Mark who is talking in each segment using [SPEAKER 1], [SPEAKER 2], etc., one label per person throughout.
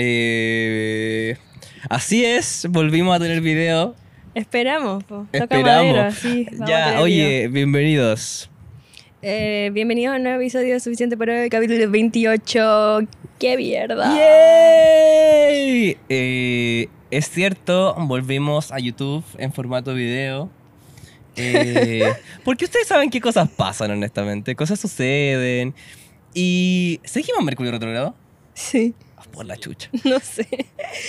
[SPEAKER 1] Eh, así es, volvimos a tener video.
[SPEAKER 2] Esperamos, po. Toca
[SPEAKER 1] Esperamos.
[SPEAKER 2] madera, sí, vamos a
[SPEAKER 1] ya,
[SPEAKER 2] tener video.
[SPEAKER 1] oye, bienvenidos.
[SPEAKER 2] Eh, bienvenidos a un nuevo episodio de Suficiente para hoy, capítulo 28. ¡Qué mierda!
[SPEAKER 1] ¡Yay! Eh, es cierto, volvimos a YouTube en formato video. Eh, porque ustedes saben qué cosas pasan, honestamente. Cosas suceden. Y seguimos Mercurio retrogrado.
[SPEAKER 2] Sí,
[SPEAKER 1] Ah, Por la chucha.
[SPEAKER 2] no sé.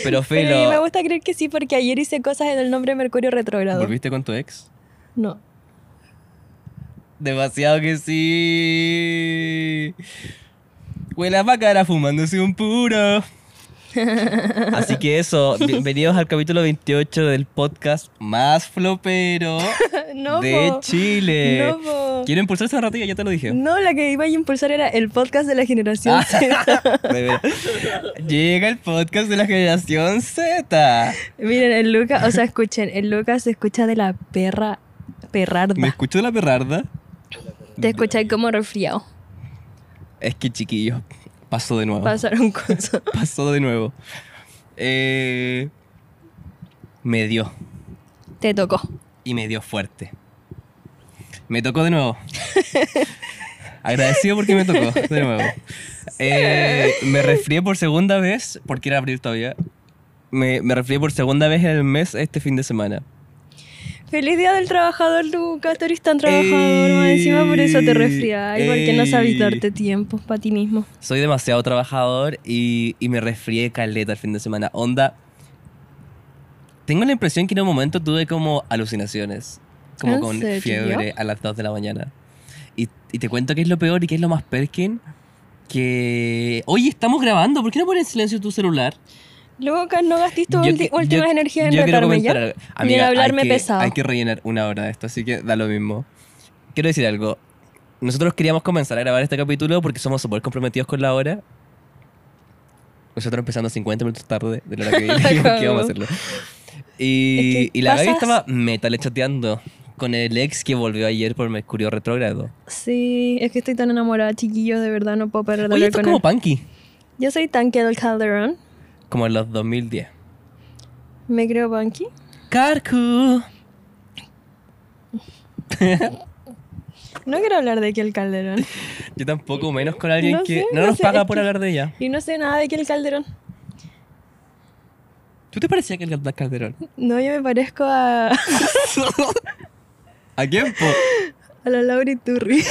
[SPEAKER 1] Pero
[SPEAKER 2] Pero a mí me
[SPEAKER 1] Felo,
[SPEAKER 2] gusta creer que sí, porque ayer hice cosas en el nombre de Mercurio Retrogrado.
[SPEAKER 1] ¿volviste con tu ex?
[SPEAKER 2] No.
[SPEAKER 1] Demasiado que sí. Huela vaca era fumándose un puro. Así que eso, bienvenidos al capítulo 28 del podcast más flopero
[SPEAKER 2] no,
[SPEAKER 1] de
[SPEAKER 2] po.
[SPEAKER 1] Chile.
[SPEAKER 2] No, po.
[SPEAKER 1] Quiero impulsar esa narrativa, ya te lo dije.
[SPEAKER 2] No, la que iba a impulsar era el podcast de la generación
[SPEAKER 1] Ah.
[SPEAKER 2] Z.
[SPEAKER 1] De veras. Llega el podcast de la generación Z.
[SPEAKER 2] Miren, el Lucas, o sea, escuchen, el Lucas se escucha de la perra
[SPEAKER 1] ¿Me
[SPEAKER 2] perrarda.
[SPEAKER 1] escuchó la perrarda?
[SPEAKER 2] Te escuchas como resfriado.
[SPEAKER 1] Es que chiquillo, pasó de nuevo.
[SPEAKER 2] Pasaron cosas.
[SPEAKER 1] Pasó de nuevo. Eh, me dio.
[SPEAKER 2] Te tocó.
[SPEAKER 1] y me dio fuerte. Me tocó de nuevo. Agradecido porque me tocó de nuevo. Eh, me resfrié por segunda vez, porque era abril todavía. Me, me resfrié por segunda vez en el mes este fin de semana.
[SPEAKER 2] Feliz día del trabajador, Lucas. Tú eres tan trabajador.
[SPEAKER 1] Ey,
[SPEAKER 2] más Encima por eso te resfriás. Igual que no sabes
[SPEAKER 1] ey.
[SPEAKER 2] darte tiempo para ti mismo.
[SPEAKER 1] Soy demasiado trabajador y, y me resfrié caleta el fin de semana. Onda. Tengo la impresión que en un momento tuve como alucinaciones. Como
[SPEAKER 2] ¿En
[SPEAKER 1] con
[SPEAKER 2] serio?
[SPEAKER 1] fiebre a las 2 de la mañana. Y, y te cuento qué es lo peor y qué es lo más perkin. Que. Oye, estamos grabando. ¿Por qué no pones en silencio tu celular?
[SPEAKER 2] Lucas, no gastes tus
[SPEAKER 1] Yo
[SPEAKER 2] ulti-
[SPEAKER 1] que-
[SPEAKER 2] últimas
[SPEAKER 1] yo-
[SPEAKER 2] energías en
[SPEAKER 1] yo quiero
[SPEAKER 2] retarme
[SPEAKER 1] comentar
[SPEAKER 2] ya.
[SPEAKER 1] algo. Amiga,
[SPEAKER 2] hablarme
[SPEAKER 1] hay que,
[SPEAKER 2] pesado.
[SPEAKER 1] Hay que rellenar una hora de esto, así que da lo mismo. Quiero decir algo. Nosotros queríamos comenzar a grabar este capítulo porque somos súper comprometidos con la hora. Nosotros empezando 50 minutos tarde de la hora que dijimos que íbamos a hacerlo. Y,
[SPEAKER 2] Es que
[SPEAKER 1] y la Gaby
[SPEAKER 2] pasas-
[SPEAKER 1] estaba metal chateando con el ex que volvió ayer por Mercurio Retrógrado.
[SPEAKER 2] Sí, es que estoy tan enamorada, chiquillos. De verdad, no puedo parar
[SPEAKER 1] Oye,
[SPEAKER 2] de hablar
[SPEAKER 1] esto es
[SPEAKER 2] con
[SPEAKER 1] como
[SPEAKER 2] él.
[SPEAKER 1] Punky.
[SPEAKER 2] Yo soy tanque del Calderón.
[SPEAKER 1] Como en los 2010.
[SPEAKER 2] Me creo Banky.
[SPEAKER 1] Carcu.
[SPEAKER 2] No quiero hablar de que el Calderón.
[SPEAKER 1] Yo tampoco, menos con alguien
[SPEAKER 2] No
[SPEAKER 1] que
[SPEAKER 2] sé,
[SPEAKER 1] no
[SPEAKER 2] no
[SPEAKER 1] nos
[SPEAKER 2] sé,
[SPEAKER 1] paga
[SPEAKER 2] es
[SPEAKER 1] por
[SPEAKER 2] que-
[SPEAKER 1] hablar de ella.
[SPEAKER 2] Y no sé nada de que el Calderón.
[SPEAKER 1] ¿Tú te parecía que el Black Calderón?
[SPEAKER 2] No, yo me parezco a, a
[SPEAKER 1] ¿A quién? po?
[SPEAKER 2] la Laura Iturri.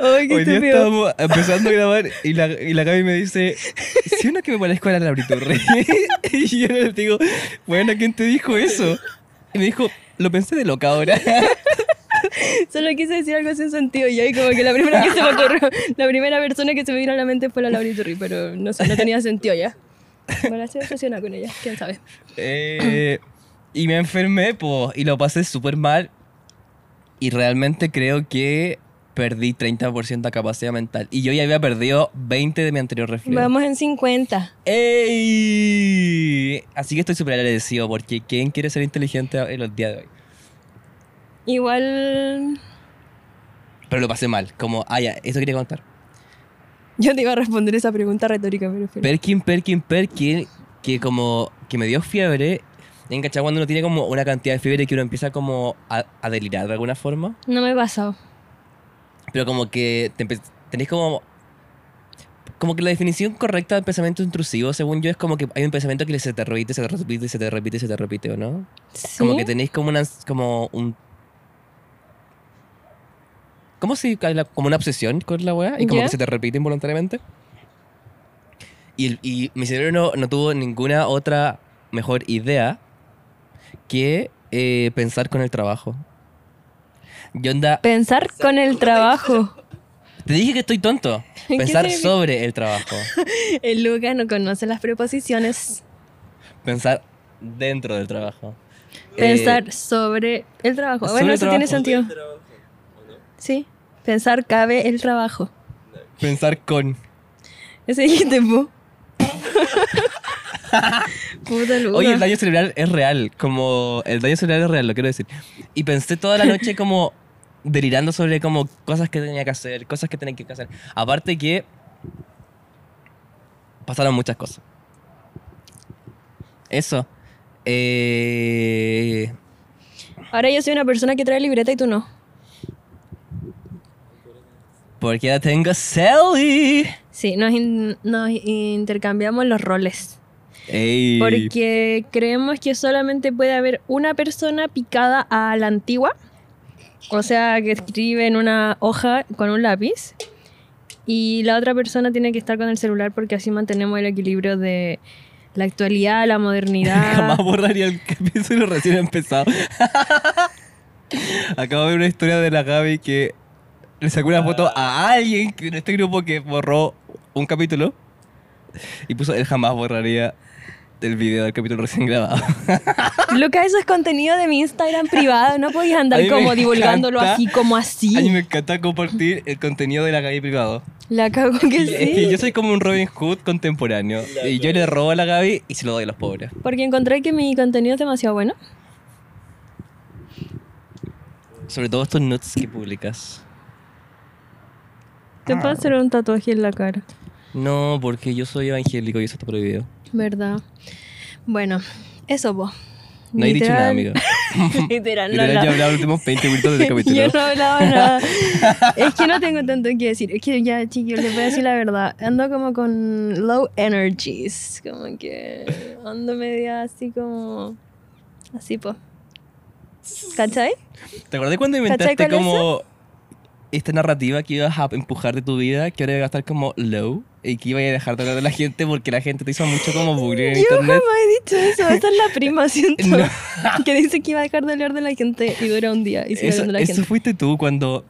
[SPEAKER 2] Ay, qué
[SPEAKER 1] Hoy día
[SPEAKER 2] estúpido.
[SPEAKER 1] estábamos empezando a grabar y la, y la Gaby me dice, si uno que me parezco a la Lauriturri. y yo le digo, bueno, ¿quién te dijo eso? Y me dijo, lo pensé de loca ahora.
[SPEAKER 2] Solo quise decir algo sin sentido y ahí como que la primera que se me ocurrió, la primera persona que se me vino a la mente fue la Laura Iturri, pero no sé, no tenía sentido ya. Bueno, estoy obsesionada con ella, quién sabe.
[SPEAKER 1] Eh, y me enfermé, po, y lo pasé súper mal. Y realmente creo que perdí 30% de capacidad mental. Y yo ya había perdido 20 de mi anterior resfriado.
[SPEAKER 2] Vamos en 50.
[SPEAKER 1] ¡Ey! Así que estoy súper agradecido porque ¿quién quiere ser inteligente en los días de hoy?
[SPEAKER 2] Igual
[SPEAKER 1] Pero lo pasé mal, como, ah, ya, eso quería contar.
[SPEAKER 2] yo te iba a responder esa pregunta retórica, pero espera.
[SPEAKER 1] Perkin, Perkin, Perkin, que como, que me dio fiebre. ¿En cachai? Cuando uno tiene como una cantidad de fiebre que uno empieza como a, a delirar de alguna forma.
[SPEAKER 2] No me he pasado.
[SPEAKER 1] Pero como que te empe- tenés como... Como que la definición correcta de pensamiento intrusivo, según yo, es como que hay un pensamiento que se te repite, se te repite, se te repite, se te repite, ¿o no?
[SPEAKER 2] ¿Sí?
[SPEAKER 1] Como que tenéis como una. como un. ¿Cómo se habla? Como una obsesión con la weá y como
[SPEAKER 2] Ya.
[SPEAKER 1] que se te repite involuntariamente. Y, el- y mi cerebro no, no tuvo ninguna otra mejor idea que eh, pensar con el trabajo. Yo onda,
[SPEAKER 2] Pensar con el trabajo.
[SPEAKER 1] te dije que estoy tonto.
[SPEAKER 2] ¿Qué
[SPEAKER 1] Pensar
[SPEAKER 2] significa?
[SPEAKER 1] sobre el trabajo.
[SPEAKER 2] El Lucas no conoce las preposiciones.
[SPEAKER 1] Pensar dentro del trabajo. Eh,
[SPEAKER 2] Pensar sobre el trabajo.
[SPEAKER 1] sobre
[SPEAKER 2] bueno,
[SPEAKER 1] el
[SPEAKER 2] eso tiene
[SPEAKER 1] trabajo.
[SPEAKER 2] sentido. Sí. Pensar cabe el trabajo.
[SPEAKER 1] pensar con.
[SPEAKER 2] Ese dijiste pu. Puta Lucas.
[SPEAKER 1] Oye, el daño cerebral es real, como el daño cerebral es real, lo quiero decir. Y pensé toda la noche como, delirando sobre como cosas que tenía que hacer, cosas que tenía que hacer. Aparte que pasaron muchas cosas. Eso. Eh,
[SPEAKER 2] Ahora yo soy una persona que trae libreta y tú no.
[SPEAKER 1] porque ya tengo Sally.
[SPEAKER 2] Sí, nos, in- nos intercambiamos los roles.
[SPEAKER 1] Ey.
[SPEAKER 2] Porque creemos que solamente puede haber una persona picada a la antigua. O sea, que escribe en una hoja con un lápiz. Y la otra persona tiene que estar con el celular porque así mantenemos el equilibrio de la actualidad, la modernidad.
[SPEAKER 1] Jamás borraría el capítulo recién empezado. Acabo de ver una historia de la Gaby que le sacó una foto a alguien que- en este grupo que borró un capítulo y puso él jamás borraría el video del capítulo recién grabado.
[SPEAKER 2] Lucas, eso es contenido de mi Instagram privado. No podéis
[SPEAKER 1] A
[SPEAKER 2] andar
[SPEAKER 1] mí me
[SPEAKER 2] como divulgándolo
[SPEAKER 1] encanta.
[SPEAKER 2] así, como
[SPEAKER 1] A mí
[SPEAKER 2] así.
[SPEAKER 1] me encanta compartir el contenido de la Gaby privado.
[SPEAKER 2] La cago que
[SPEAKER 1] Es que
[SPEAKER 2] sí.
[SPEAKER 1] yo soy como un Robin Hood contemporáneo y yo le robo a la Gaby y se lo doy a los pobres.
[SPEAKER 2] Porque encontré que mi contenido es demasiado bueno.
[SPEAKER 1] Sobre todo estos nuts que publicas. Ah.
[SPEAKER 2] Te puedo hacer un tatuaje en la cara.
[SPEAKER 1] No, porque yo soy evangélico y eso está prohibido.
[SPEAKER 2] ¿Verdad? Bueno, eso vos.
[SPEAKER 1] No he dicho nada, amigo.
[SPEAKER 2] Literal, no
[SPEAKER 1] Literal, yo he
[SPEAKER 2] hablaba-
[SPEAKER 1] hablado los últimos 20 minutos del capítulo.
[SPEAKER 2] Yo no hablaba nada. es que no tengo tanto que decir. Es que ya, chiquillos, les voy a decir la verdad. Ando como con low energies. Como que ando media así como... Así, po. ¿Cachai?
[SPEAKER 1] ¿Te acordás cuando
[SPEAKER 2] ¿Cachai
[SPEAKER 1] inventaste
[SPEAKER 2] cuál es
[SPEAKER 1] como esta narrativa que ibas a empujar de tu vida, que ahora iba a estar como low y que iba a dejar de hablar de la gente porque la gente te hizo mucho como bullying en
[SPEAKER 2] Yo jamás
[SPEAKER 1] Eh, internet?
[SPEAKER 2] he dicho eso. Esa es la prima, siento.
[SPEAKER 1] No.
[SPEAKER 2] que dice que iba a dejar de hablar de la gente y dura un día. Y sigue
[SPEAKER 1] Eso,
[SPEAKER 2] hablando de la
[SPEAKER 1] eso
[SPEAKER 2] gente.
[SPEAKER 1] fuiste tú cuando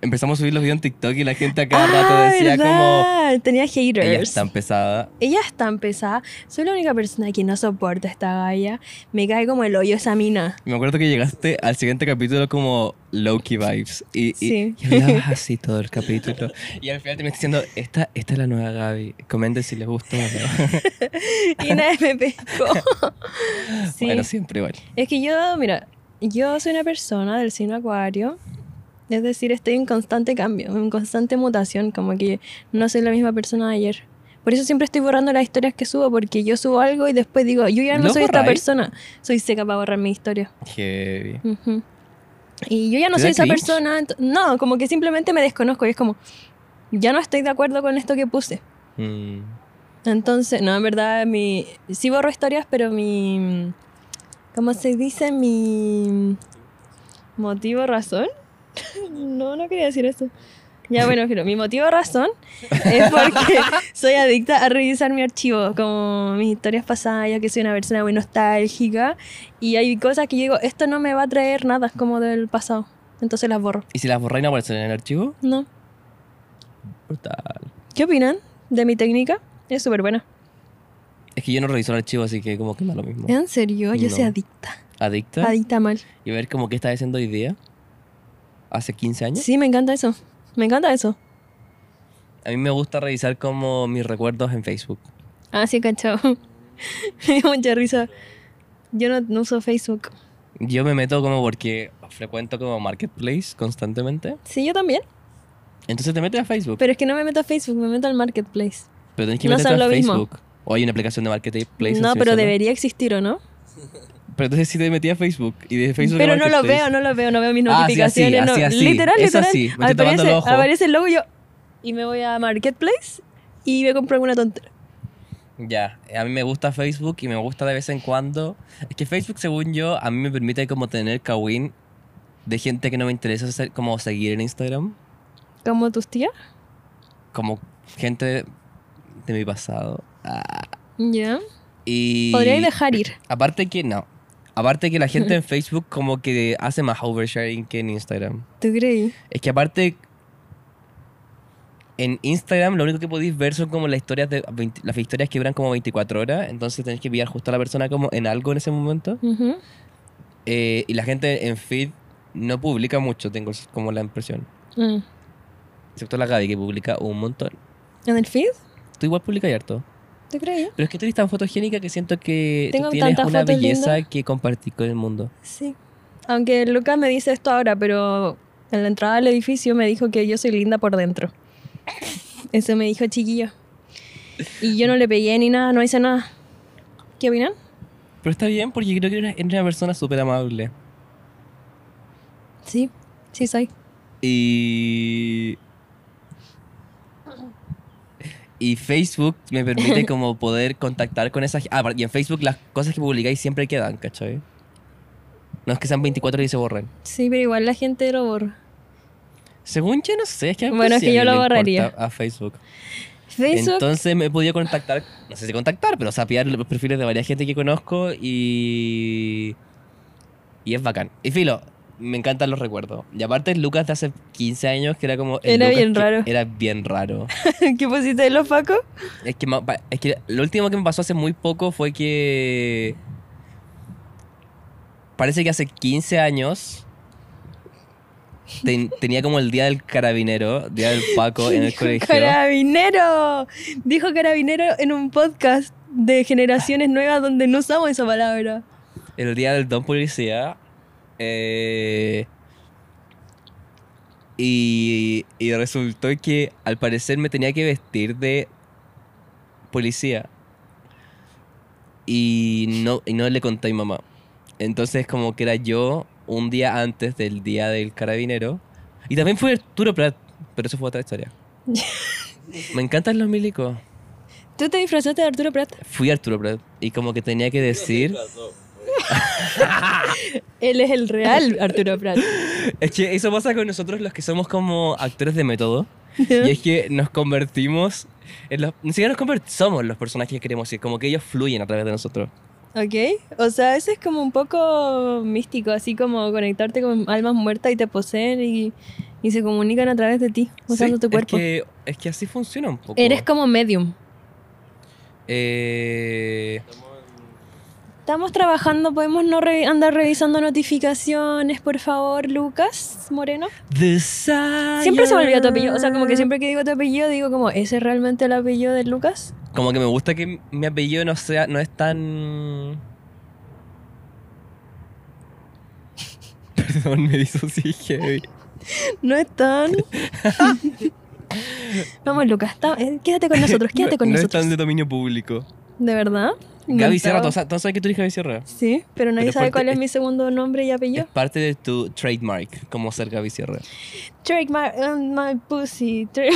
[SPEAKER 1] empezamos a subir los videos en TikTok y la gente a cada rato decía como...
[SPEAKER 2] como... Ah, Tenía haters.
[SPEAKER 1] Ella es tan pesada.
[SPEAKER 2] Ella es tan pesada. Soy la única persona que no soporta esta galla. Me cae como el hoyo esa mina.
[SPEAKER 1] Me acuerdo que llegaste al siguiente capítulo como Loki Vibes. Y, y,
[SPEAKER 2] Sí.
[SPEAKER 1] y hablabas así todo el capítulo. Y al final te me diciendo, esta, esta es la nueva Gaby. Comenten si les gusta o no.
[SPEAKER 2] Y nadie me pescó. Sí.
[SPEAKER 1] Bueno, siempre igual.
[SPEAKER 2] Es que yo, mira, yo soy una persona del signo acuario. Es decir, estoy en constante cambio, en constante mutación, como que no soy la misma persona de ayer. Por eso siempre estoy borrando las historias que subo, porque yo subo algo y después digo, yo ya no
[SPEAKER 1] ¿Lo
[SPEAKER 2] soy esta
[SPEAKER 1] borráis?
[SPEAKER 2] persona. Soy seca para borrar mi historia.
[SPEAKER 1] Heavy.
[SPEAKER 2] Ujú. Y yo ya no
[SPEAKER 1] ¿Te
[SPEAKER 2] soy
[SPEAKER 1] da
[SPEAKER 2] esa
[SPEAKER 1] cringe?
[SPEAKER 2] persona. ent- No, como que simplemente me desconozco y es como, ya no estoy de acuerdo con esto que puse.
[SPEAKER 1] Mm.
[SPEAKER 2] Entonces, no, en verdad, mi, sí borro historias, pero mi, ¿cómo se dice? Mi motivo, razón. No, no quería decir eso. Ya, bueno, pero mi motivo, razón es porque soy adicta a revisar mi archivo, como mis historias pasadas, ya que soy una persona muy nostálgica. Y hay cosas que yo digo, esto no me va a traer nada como del pasado. Entonces las borro.
[SPEAKER 1] ¿Y si las borré y no aparecen en el archivo?
[SPEAKER 2] No.
[SPEAKER 1] Brutal.
[SPEAKER 2] ¿Qué opinan de mi técnica? Es súper buena.
[SPEAKER 1] Es que yo no reviso el archivo, así que como que me da lo mismo.
[SPEAKER 2] ¿En serio? Yo soy
[SPEAKER 1] No.
[SPEAKER 2] adicta.
[SPEAKER 1] Adicta.
[SPEAKER 2] Adicta mal.
[SPEAKER 1] y ver como qué estás haciendo hoy día. Hace 15 años.
[SPEAKER 2] Sí, me encanta eso. Me encanta eso.
[SPEAKER 1] A mí me gusta revisar como mis recuerdos en Facebook.
[SPEAKER 2] Ah, sí, cachao. me dio mucha risa. Yo no, no uso Facebook.
[SPEAKER 1] Yo me meto como porque frecuento como Marketplace constantemente.
[SPEAKER 2] Sí, yo también.
[SPEAKER 1] Entonces te metes a Facebook.
[SPEAKER 2] Pero es que no me meto a Facebook, me meto al Marketplace.
[SPEAKER 1] Pero tenés que
[SPEAKER 2] No
[SPEAKER 1] meterte
[SPEAKER 2] son
[SPEAKER 1] a
[SPEAKER 2] lo mismo.
[SPEAKER 1] Facebook. O hay una aplicación de marketplace.
[SPEAKER 2] no,
[SPEAKER 1] sí,
[SPEAKER 2] pero
[SPEAKER 1] eso,
[SPEAKER 2] debería existir, ¿o no?
[SPEAKER 1] Pero entonces sí te metí a Facebook. Y de Facebook a
[SPEAKER 2] pero no lo
[SPEAKER 1] Marketplace.
[SPEAKER 2] veo, no lo veo, no veo mis
[SPEAKER 1] Ah, sí, así,
[SPEAKER 2] notificaciones.
[SPEAKER 1] así,
[SPEAKER 2] no.
[SPEAKER 1] así.
[SPEAKER 2] Literal,
[SPEAKER 1] Eso
[SPEAKER 2] literal.
[SPEAKER 1] sí, me estoy tapando el
[SPEAKER 2] aparece,
[SPEAKER 1] ojo.
[SPEAKER 2] aparece el logo y yo. Y me voy a Marketplace y voy a comprar alguna tontera.
[SPEAKER 1] Ya, a mí me gusta Facebook y me gusta de vez en cuando. Es que Facebook, según yo, a mí me permite como tener kawin de gente que no me interesa ser- como seguir en Instagram.
[SPEAKER 2] ¿Como tus tías?
[SPEAKER 1] Como gente de mi pasado. Ah,
[SPEAKER 2] Ya.
[SPEAKER 1] y...
[SPEAKER 2] Podríais dejar ir.
[SPEAKER 1] Aparte que no. Aparte que la gente en Facebook como que hace más oversharing que en Instagram.
[SPEAKER 2] ¿Tú creí?
[SPEAKER 1] Es que aparte, en Instagram lo único que podéis ver son como las historias, de 20 las historias que duran como 24 horas, entonces tenéis que pillar justo a la persona como en algo en ese momento.
[SPEAKER 2] Ujú.
[SPEAKER 1] Eh, y la gente en feed no publica mucho, tengo s- como la impresión.
[SPEAKER 2] Mm.
[SPEAKER 1] Excepto la Gaby que publica un montón.
[SPEAKER 2] ¿En el feed?
[SPEAKER 1] Tú igual publicas harto.
[SPEAKER 2] ¿Tú creí?
[SPEAKER 1] Pero es que tú eres tan fotogénica que siento que tú
[SPEAKER 2] Tengo
[SPEAKER 1] tienes
[SPEAKER 2] tantas
[SPEAKER 1] una
[SPEAKER 2] fotos
[SPEAKER 1] belleza
[SPEAKER 2] lindas.
[SPEAKER 1] que compartir con el mundo.
[SPEAKER 2] Sí. Aunque Lucas me dice esto ahora, pero en la entrada del edificio me dijo que yo soy linda por dentro. Eso me dijo chiquillo. Y yo no le pegué ni nada, no hice nada. ¿Qué opinan?
[SPEAKER 1] Pero está bien porque creo que eres eres una persona súper amable.
[SPEAKER 2] Sí, sí soy.
[SPEAKER 1] Y. Y Facebook me permite como poder contactar con esa gente. Ah, y en Facebook las cosas que publicáis siempre quedan, ¿cachai? No es que sean 24 y se borren.
[SPEAKER 2] Sí, pero igual la gente lo borra.
[SPEAKER 1] Según yo no sé, es que a
[SPEAKER 2] Bueno, es
[SPEAKER 1] sí
[SPEAKER 2] que
[SPEAKER 1] a
[SPEAKER 2] yo
[SPEAKER 1] mí
[SPEAKER 2] lo
[SPEAKER 1] le importa
[SPEAKER 2] borraría.
[SPEAKER 1] A Facebook.
[SPEAKER 2] Facebook.
[SPEAKER 1] Entonces me he podido contactar, no sé si contactar, pero sapear los perfiles de varias gente que conozco y. Y es bacán. Y filo, me encantan los recuerdos. Y aparte, el Lucas de hace 15 años, que era como. el
[SPEAKER 2] Era
[SPEAKER 1] Lucas
[SPEAKER 2] bien
[SPEAKER 1] que
[SPEAKER 2] raro.
[SPEAKER 1] Era bien raro.
[SPEAKER 2] ¿Qué pusiste de los Paco?
[SPEAKER 1] Es que, ma- pa- es que lo último que me pasó hace muy poco fue que. Parece que hace 15 años. ten- tenía como el día del carabinero, día del Paco en el
[SPEAKER 2] Dijo
[SPEAKER 1] colegio.
[SPEAKER 2] Carabinero. Dijo carabinero en un podcast de generaciones nuevas donde no usamos esa palabra.
[SPEAKER 1] el día del don policía. eh, y, y resultó que al parecer me tenía que vestir de policía. Y no, y no le conté a mi mamá. Entonces como que era yo un día antes del día del carabinero. Y también fue Arturo Prat, pero eso fue otra historia. me encantan los milicos.
[SPEAKER 2] ¿Tú te disfrazaste de Arturo Prat?
[SPEAKER 1] Fui Arturo Prat y como que tenía que decir...
[SPEAKER 2] Él es el real Arturo Prat.
[SPEAKER 1] Es que eso pasa con nosotros los que somos como actores de método. Y es que nos convertimos en los... Ni siquiera nos convertimos, somos los personajes que queremos ser. Como que ellos fluyen a través de nosotros.
[SPEAKER 2] ok. O sea, eso es como un poco místico, así como conectarte con almas muertas y te poseen y, y se comunican a través de ti, usando
[SPEAKER 1] Sí,
[SPEAKER 2] tu cuerpo.
[SPEAKER 1] Es que, es que así funciona un poco.
[SPEAKER 2] Eres como medium.
[SPEAKER 1] Eh,
[SPEAKER 2] Estamos trabajando, podemos no re- andar revisando notificaciones, por favor, Lucas Moreno.
[SPEAKER 1] Ah,
[SPEAKER 2] Siempre se me olvida tu apellido. O sea, como que siempre que digo tu apellido, digo como, ¿ese es realmente el apellido de Lucas?
[SPEAKER 1] Como que me gusta que mi apellido no sea... No es tan... Perdón, me disocié heavy.
[SPEAKER 2] No es tan. Vamos, Lucas, ta- eh, quédate con nosotros, quédate con
[SPEAKER 1] no, no es
[SPEAKER 2] nosotros.
[SPEAKER 1] tan de dominio público.
[SPEAKER 2] ¿De verdad?
[SPEAKER 1] Gaby Sierra,
[SPEAKER 2] Inventado.
[SPEAKER 1] ¿tú sa- tú sabes que tú eres Gaby Sierra?
[SPEAKER 2] Sí, pero nadie
[SPEAKER 1] Pero
[SPEAKER 2] sabe
[SPEAKER 1] aparte
[SPEAKER 2] cuál es
[SPEAKER 1] es-
[SPEAKER 2] mi segundo nombre y apellido.
[SPEAKER 1] Es parte de tu trademark, como ser Gaby Sierra.
[SPEAKER 2] Drake my, on um, my pussy, Drake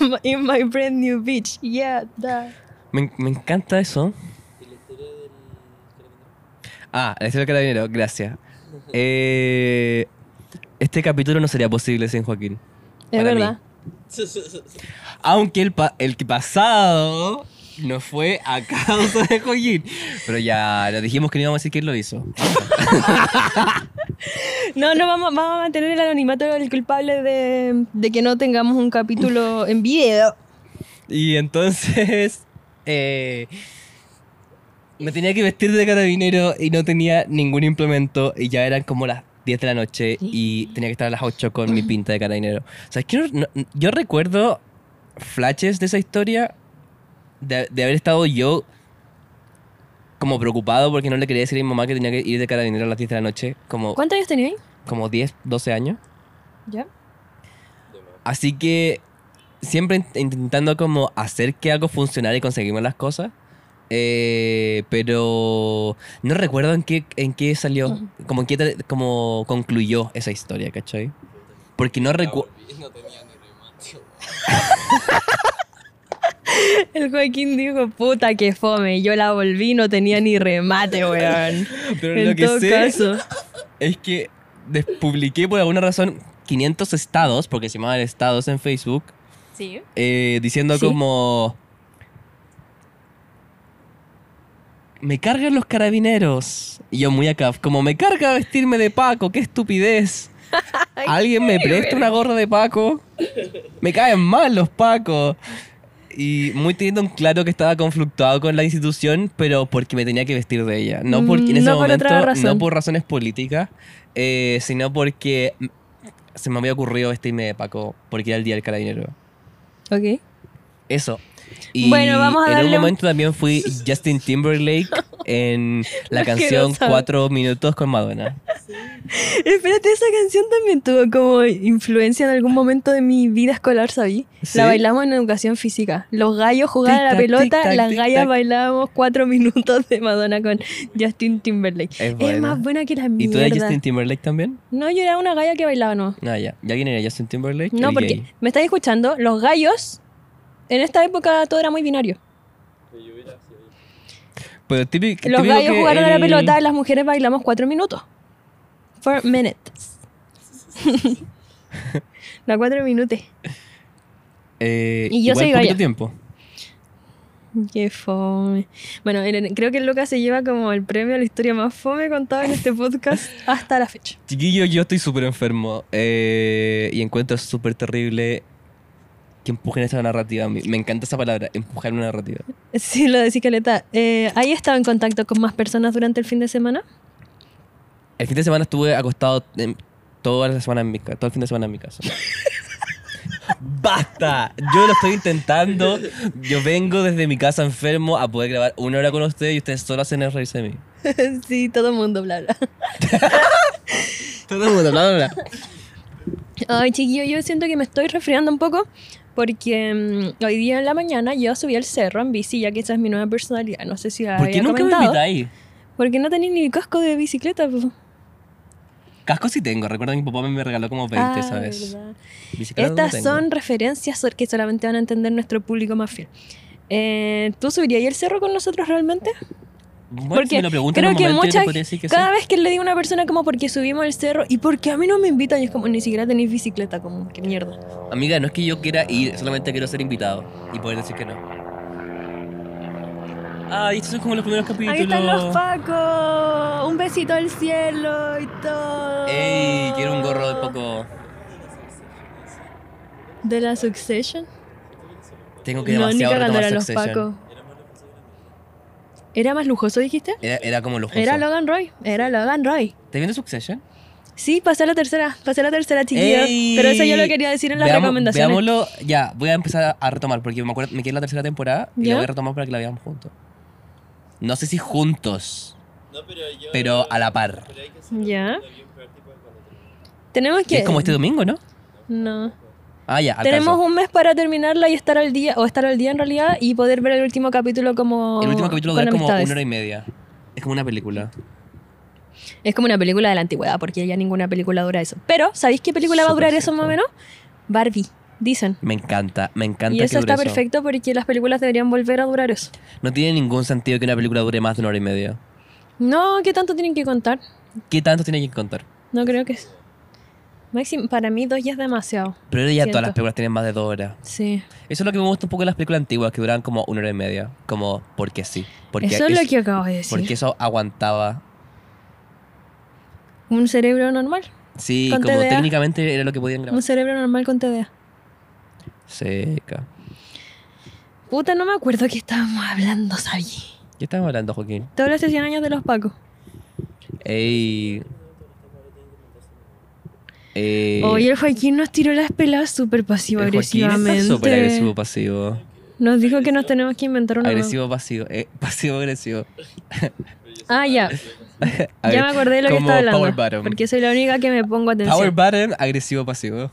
[SPEAKER 2] my- in my brand new bitch. Yeah, that.
[SPEAKER 1] Me, en- me encanta eso. Ah, la historia del carabinero, gracias. Eh, este capítulo no sería posible sin Joaquín.
[SPEAKER 2] Es
[SPEAKER 1] Para mí.
[SPEAKER 2] verdad.
[SPEAKER 1] Aunque el, pa- el que pasado no fue a causa de Joaquín. Pero ya lo dijimos que no íbamos a decir quién lo hizo.
[SPEAKER 2] No, no, vamos, vamos a mantener el anonimato del culpable de, de que no tengamos un capítulo en video.
[SPEAKER 1] Y entonces. eh, me tenía que vestir de carabinero y no tenía ningún implemento. Y ya eran como las 10 de la noche y tenía que estar a las 8 con mi pinta de carabinero. O sea, es que no- no- yo recuerdo flashes de esa historia de, de haber estado yo como preocupado porque no le quería decir a mi mamá que tenía que ir de carabinero a las 10 de la noche, como,
[SPEAKER 2] ¿Cuántos años tenías?
[SPEAKER 1] como 10, 12 años.
[SPEAKER 2] Oh. ¿Ya?
[SPEAKER 1] Así que siempre int- intentando como hacer que algo funcionara y conseguimos las cosas. Eh, pero no recuerdo en qué, en qué salió, como, en qué, tra- como concluyó esa historia, ¿cachai? Porque no recuerdo...
[SPEAKER 2] El Joaquín dijo, puta que fome, yo la volví, no tenía ni remate, weón.
[SPEAKER 1] Pero
[SPEAKER 2] en
[SPEAKER 1] lo que
[SPEAKER 2] todo
[SPEAKER 1] sé
[SPEAKER 2] caso.
[SPEAKER 1] es que des- publiqué por alguna razón 500 estados, porque se llamaban estados en Facebook,
[SPEAKER 2] Sí.
[SPEAKER 1] eh, diciendo
[SPEAKER 2] Sí.
[SPEAKER 1] como... Me cargan los carabineros. Y yo muy acá, como me carga vestirme de Paco, qué estupidez. Alguien me presta una gorra de Paco. Me caen mal los Pacos. Y muy teniendo en claro que estaba conflictuado con la institución, pero porque me tenía que vestir de ella. No porque en ese
[SPEAKER 2] Mm, No por
[SPEAKER 1] momento,
[SPEAKER 2] otra razón.
[SPEAKER 1] no por razones políticas, eh, sino porque se me había ocurrido vestirme de Paco, porque era el día del carabinero.
[SPEAKER 2] Ok.
[SPEAKER 1] Eso. Y
[SPEAKER 2] Bueno, vamos a
[SPEAKER 1] en
[SPEAKER 2] darle
[SPEAKER 1] un
[SPEAKER 2] un-
[SPEAKER 1] momento también fui Justin Timberlake en la
[SPEAKER 2] No quiero
[SPEAKER 1] canción
[SPEAKER 2] saber.
[SPEAKER 1] Cuatro Minutos con Madonna.
[SPEAKER 2] Espérate, esa canción también tuvo como influencia en algún momento de mi vida escolar, ¿sabí?
[SPEAKER 1] ¿Sí?
[SPEAKER 2] La bailamos en educación física. Los gallos jugaban a la
[SPEAKER 1] Tic-tac,
[SPEAKER 2] pelota,
[SPEAKER 1] tic-tac,
[SPEAKER 2] las
[SPEAKER 1] tic-tac.
[SPEAKER 2] gallas bailábamos cuatro minutos de Madonna con Justin Timberlake.
[SPEAKER 1] Es
[SPEAKER 2] Es,
[SPEAKER 1] buena.
[SPEAKER 2] más buena que la
[SPEAKER 1] ¿Y tú
[SPEAKER 2] mierda.
[SPEAKER 1] eres Justin Timberlake también?
[SPEAKER 2] No, yo era una galla que bailaba, no.
[SPEAKER 1] Ah, ya. ¿Y alguien era Justin Timberlake?
[SPEAKER 2] No,
[SPEAKER 1] El
[SPEAKER 2] porque
[SPEAKER 1] gay.
[SPEAKER 2] me estáis escuchando, los gallos, en esta época todo era muy binario.
[SPEAKER 1] Pero típico,
[SPEAKER 2] Los
[SPEAKER 1] típico
[SPEAKER 2] gallos
[SPEAKER 1] que
[SPEAKER 2] jugaron a la
[SPEAKER 1] el-
[SPEAKER 2] pelota, las mujeres bailamos cuatro minutos. Four minutes. la cuatro minutos.
[SPEAKER 1] eh,
[SPEAKER 2] Y yo
[SPEAKER 1] igual
[SPEAKER 2] soy
[SPEAKER 1] poquito
[SPEAKER 2] galla.
[SPEAKER 1] tiempo.
[SPEAKER 2] Qué fome. Bueno, miren, creo que Lucas se lleva como el premio a la historia más fome contada en este podcast hasta la fecha.
[SPEAKER 1] Chiquillo, yo estoy súper enfermo. eh, y encuentro súper terrible que empujen esa narrativa. a mí. Me encanta esa palabra, empujar una narrativa.
[SPEAKER 2] Sí, lo de Cicaleta. Eh, ¿Has estado en contacto con más personas durante el fin de semana?
[SPEAKER 1] El fin de semana estuve acostado em, toda la semana en mi casa, todo el fin de semana en mi casa. ¡Basta! Yo lo estoy intentando. Yo vengo desde mi casa enfermo a poder grabar una hora con ustedes y ustedes solo hacen el reírse de mí.
[SPEAKER 2] sí, todo el mundo, bla, bla.
[SPEAKER 1] Todo el mundo, bla, bla, bla.
[SPEAKER 2] Ay, chiquillo, yo siento que me estoy resfriando un poco porque mm, hoy día en la mañana yo subí al cerro en bici, ya que esa es mi nueva personalidad. No sé si la
[SPEAKER 1] ¿Por qué
[SPEAKER 2] había
[SPEAKER 1] nunca me
[SPEAKER 2] comentado.
[SPEAKER 1] invitáis?
[SPEAKER 2] Porque no tenía ni casco de bicicleta. po.
[SPEAKER 1] Casco sí tengo, recuerdo que mi papá me regaló como 20,
[SPEAKER 2] Ah,
[SPEAKER 1] ¿sabes?
[SPEAKER 2] verdad.
[SPEAKER 1] Bicicleta no
[SPEAKER 2] Estas
[SPEAKER 1] tengo.
[SPEAKER 2] son referencias que solamente van a entender nuestro público más fiel. Eh, ¿Tú subirías ahí el cerro con nosotros realmente?
[SPEAKER 1] Bueno,
[SPEAKER 2] Porque
[SPEAKER 1] si me lo preguntan
[SPEAKER 2] creo
[SPEAKER 1] en un
[SPEAKER 2] que
[SPEAKER 1] momento, yo te
[SPEAKER 2] muchas-
[SPEAKER 1] podría decir que sí.
[SPEAKER 2] Cada vez que le digo a una persona como porque subimos el cerro y porque a mí no me invitan, y es como ni siquiera tenéis bicicleta, como que mierda.
[SPEAKER 1] Amiga, no es que yo quiera ir, solamente quiero ser invitado y poder decir que no. Ay, estos son como los primeros capítulos.
[SPEAKER 2] Ahí están los pacos, un besito al cielo y todo.
[SPEAKER 1] Ey, quiero un gorro de poco.
[SPEAKER 2] De la Succession.
[SPEAKER 1] Tengo que
[SPEAKER 2] No, ni
[SPEAKER 1] demasiado
[SPEAKER 2] cagando
[SPEAKER 1] retomar
[SPEAKER 2] eran los
[SPEAKER 1] Succession.
[SPEAKER 2] pacos. ¿Era más lujoso, dijiste?
[SPEAKER 1] Era, era como los
[SPEAKER 2] Era Logan Roy, era Logan Roy.
[SPEAKER 1] ¿Te viendo Succession?
[SPEAKER 2] Sí, pasé a la tercera, pasé a la tercera, chiquillo.
[SPEAKER 1] Ey,
[SPEAKER 2] Pero eso yo lo quería decir en las
[SPEAKER 1] veamo-
[SPEAKER 2] recomendaciones.
[SPEAKER 1] Veámoslo, ya, voy a empezar a- a retomar porque me acuerdo, me quedé en la tercera temporada y
[SPEAKER 2] ¿Ya?
[SPEAKER 1] la voy a retomar para que la veamos juntos. No sé si juntos,
[SPEAKER 3] No, pero yo.
[SPEAKER 1] pero a la par.
[SPEAKER 3] Pero hay que hacer
[SPEAKER 2] Ya.
[SPEAKER 3] bien práctico cuando termine.
[SPEAKER 2] Tenemos
[SPEAKER 1] Que
[SPEAKER 2] que.
[SPEAKER 1] es como este domingo, ¿no?
[SPEAKER 2] No.
[SPEAKER 1] Ah, ya, alcanzo.
[SPEAKER 2] Tenemos un mes para terminarla y estar al día, o estar al día en realidad, y poder ver el último capítulo como.
[SPEAKER 1] El último capítulo
[SPEAKER 2] con
[SPEAKER 1] dura como
[SPEAKER 2] amistades.
[SPEAKER 1] una hora y media. Es como una película.
[SPEAKER 2] Es como una película de la antigüedad, porque ya ninguna película dura eso. Pero, ¿sabéis qué película va a
[SPEAKER 1] Súper
[SPEAKER 2] durar eso más o
[SPEAKER 1] cierto.
[SPEAKER 2] menos? Barbie, dicen.
[SPEAKER 1] Me encanta, me encanta
[SPEAKER 2] Y
[SPEAKER 1] que
[SPEAKER 2] eso
[SPEAKER 1] dure
[SPEAKER 2] está perfecto porque las películas deberían volver a durar eso.
[SPEAKER 1] No tiene ningún sentido que una película dure más de una hora y media.
[SPEAKER 2] No, ¿qué tanto tienen que contar?
[SPEAKER 1] ¿Qué tanto tiene que contar?
[SPEAKER 2] No creo que. Máximo, para mí dos ya es demasiado.
[SPEAKER 1] Pero ahora ya
[SPEAKER 2] Siento.
[SPEAKER 1] todas las películas tienen más de dos horas.
[SPEAKER 2] Sí.
[SPEAKER 1] Eso es lo que me gusta un poco de las películas antiguas, que duran como una hora y media. Como porque sí. Porque
[SPEAKER 2] eso es,
[SPEAKER 1] es-
[SPEAKER 2] lo que acabo de decir.
[SPEAKER 1] Porque eso aguantaba.
[SPEAKER 2] Un cerebro normal.
[SPEAKER 1] Sí,
[SPEAKER 2] Con
[SPEAKER 1] como
[SPEAKER 2] TDA.
[SPEAKER 1] técnicamente era lo que podían
[SPEAKER 2] Un
[SPEAKER 1] grabar.
[SPEAKER 2] cerebro normal con TDA.
[SPEAKER 1] Seca.
[SPEAKER 2] Puta, no me acuerdo qué estábamos hablando, Sabi.
[SPEAKER 1] ¿Qué estábamos hablando, Joaquín?
[SPEAKER 2] Te hablaste 100 años de los Pacos.
[SPEAKER 1] Ey. Ey.
[SPEAKER 2] Oye, el Joaquín nos tiró las peladas súper
[SPEAKER 1] Eh, el Joaquín está
[SPEAKER 2] pasivo-agresivamente.
[SPEAKER 1] súper agresivo pasivo.
[SPEAKER 2] Nos dijo que nos tenemos que inventar una nueva.
[SPEAKER 1] Agresivo pasivo. Eh, pasivo agresivo.
[SPEAKER 2] Ah, ya.
[SPEAKER 1] A ver,
[SPEAKER 2] Ya me acordé de lo que
[SPEAKER 1] como
[SPEAKER 2] estaba hablando.
[SPEAKER 1] Power bottom.
[SPEAKER 2] Porque soy la única que me pongo atención.
[SPEAKER 1] Power button, agresivo pasivo.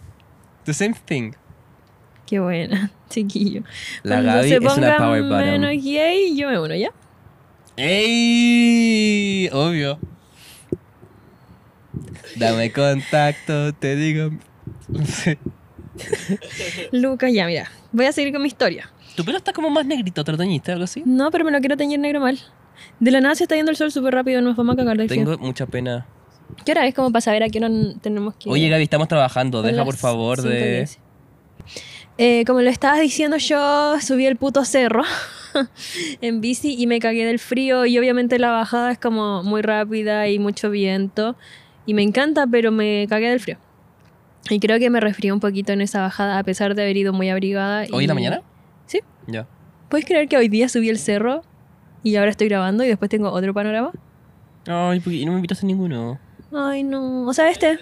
[SPEAKER 1] The same thing.
[SPEAKER 2] Qué buena, chiquillo.
[SPEAKER 1] La
[SPEAKER 2] Cuando
[SPEAKER 1] Gaby
[SPEAKER 2] se
[SPEAKER 1] es una
[SPEAKER 2] ponga
[SPEAKER 1] power bottom.
[SPEAKER 2] menos gay, yo me uno, ¿ya?
[SPEAKER 1] ¡Ey! Obvio. Dame contacto, te digo.
[SPEAKER 2] Lucas, ya, mira. Voy a seguir con mi historia.
[SPEAKER 1] tu pelo está como más negrito, ¿te lo teñiste o algo así?
[SPEAKER 2] No, pero me lo quiero teñir negro mal. De la nada se está yendo el sol súper rápido, nos vamos a cagar del frío.
[SPEAKER 1] Tengo mucha pena.
[SPEAKER 2] ¿Qué hora es como para saber a qué hora n- tenemos que
[SPEAKER 1] Oye, Gaby, estamos trabajando.
[SPEAKER 2] Son
[SPEAKER 1] Deja,
[SPEAKER 2] las
[SPEAKER 1] por favor, de.
[SPEAKER 2] 5:15. Eh, como lo estabas diciendo, yo subí el puto cerro en bici y me cagué del frío. Y obviamente la bajada es como muy rápida y mucho viento. Y me encanta, pero me cagué del frío. Y creo que me resfrié un poquito en esa bajada, a pesar de haber ido muy abrigada.
[SPEAKER 1] ¿Hoy en la
[SPEAKER 2] y-
[SPEAKER 1] mañana?
[SPEAKER 2] Sí.
[SPEAKER 1] Ya.
[SPEAKER 2] ¿Puedes creer que hoy día subí el cerro y ahora estoy grabando y después tengo otro panorama?
[SPEAKER 1] Ay, ¿por qué no me invitaste a ninguno.
[SPEAKER 2] Ay, no. O sea, este,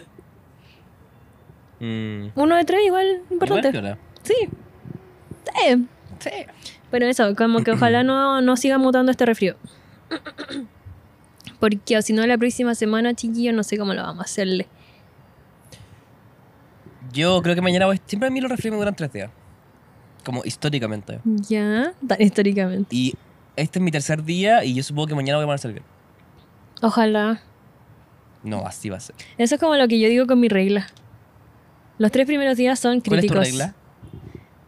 [SPEAKER 1] Mm.
[SPEAKER 2] uno de tres, igual importante.
[SPEAKER 1] Igual que ahora.
[SPEAKER 2] Sí. Sí. Pero eso, como que ojalá no, no siga mutando este resfrío. Porque o si no, la próxima semana, chiquillo, no sé cómo lo vamos a hacerle.
[SPEAKER 1] Yo creo que mañana voy. Siempre a mí los refrescos me duran tres días. Como históricamente.
[SPEAKER 2] Ya, tan históricamente.
[SPEAKER 1] Y este es mi tercer día y yo supongo que mañana voy a poner a servir.
[SPEAKER 2] Ojalá.
[SPEAKER 1] No, así va a ser.
[SPEAKER 2] Eso es como lo que yo digo con mi regla. Los tres primeros días son
[SPEAKER 1] ¿Cuál es
[SPEAKER 2] críticos.
[SPEAKER 1] tu regla?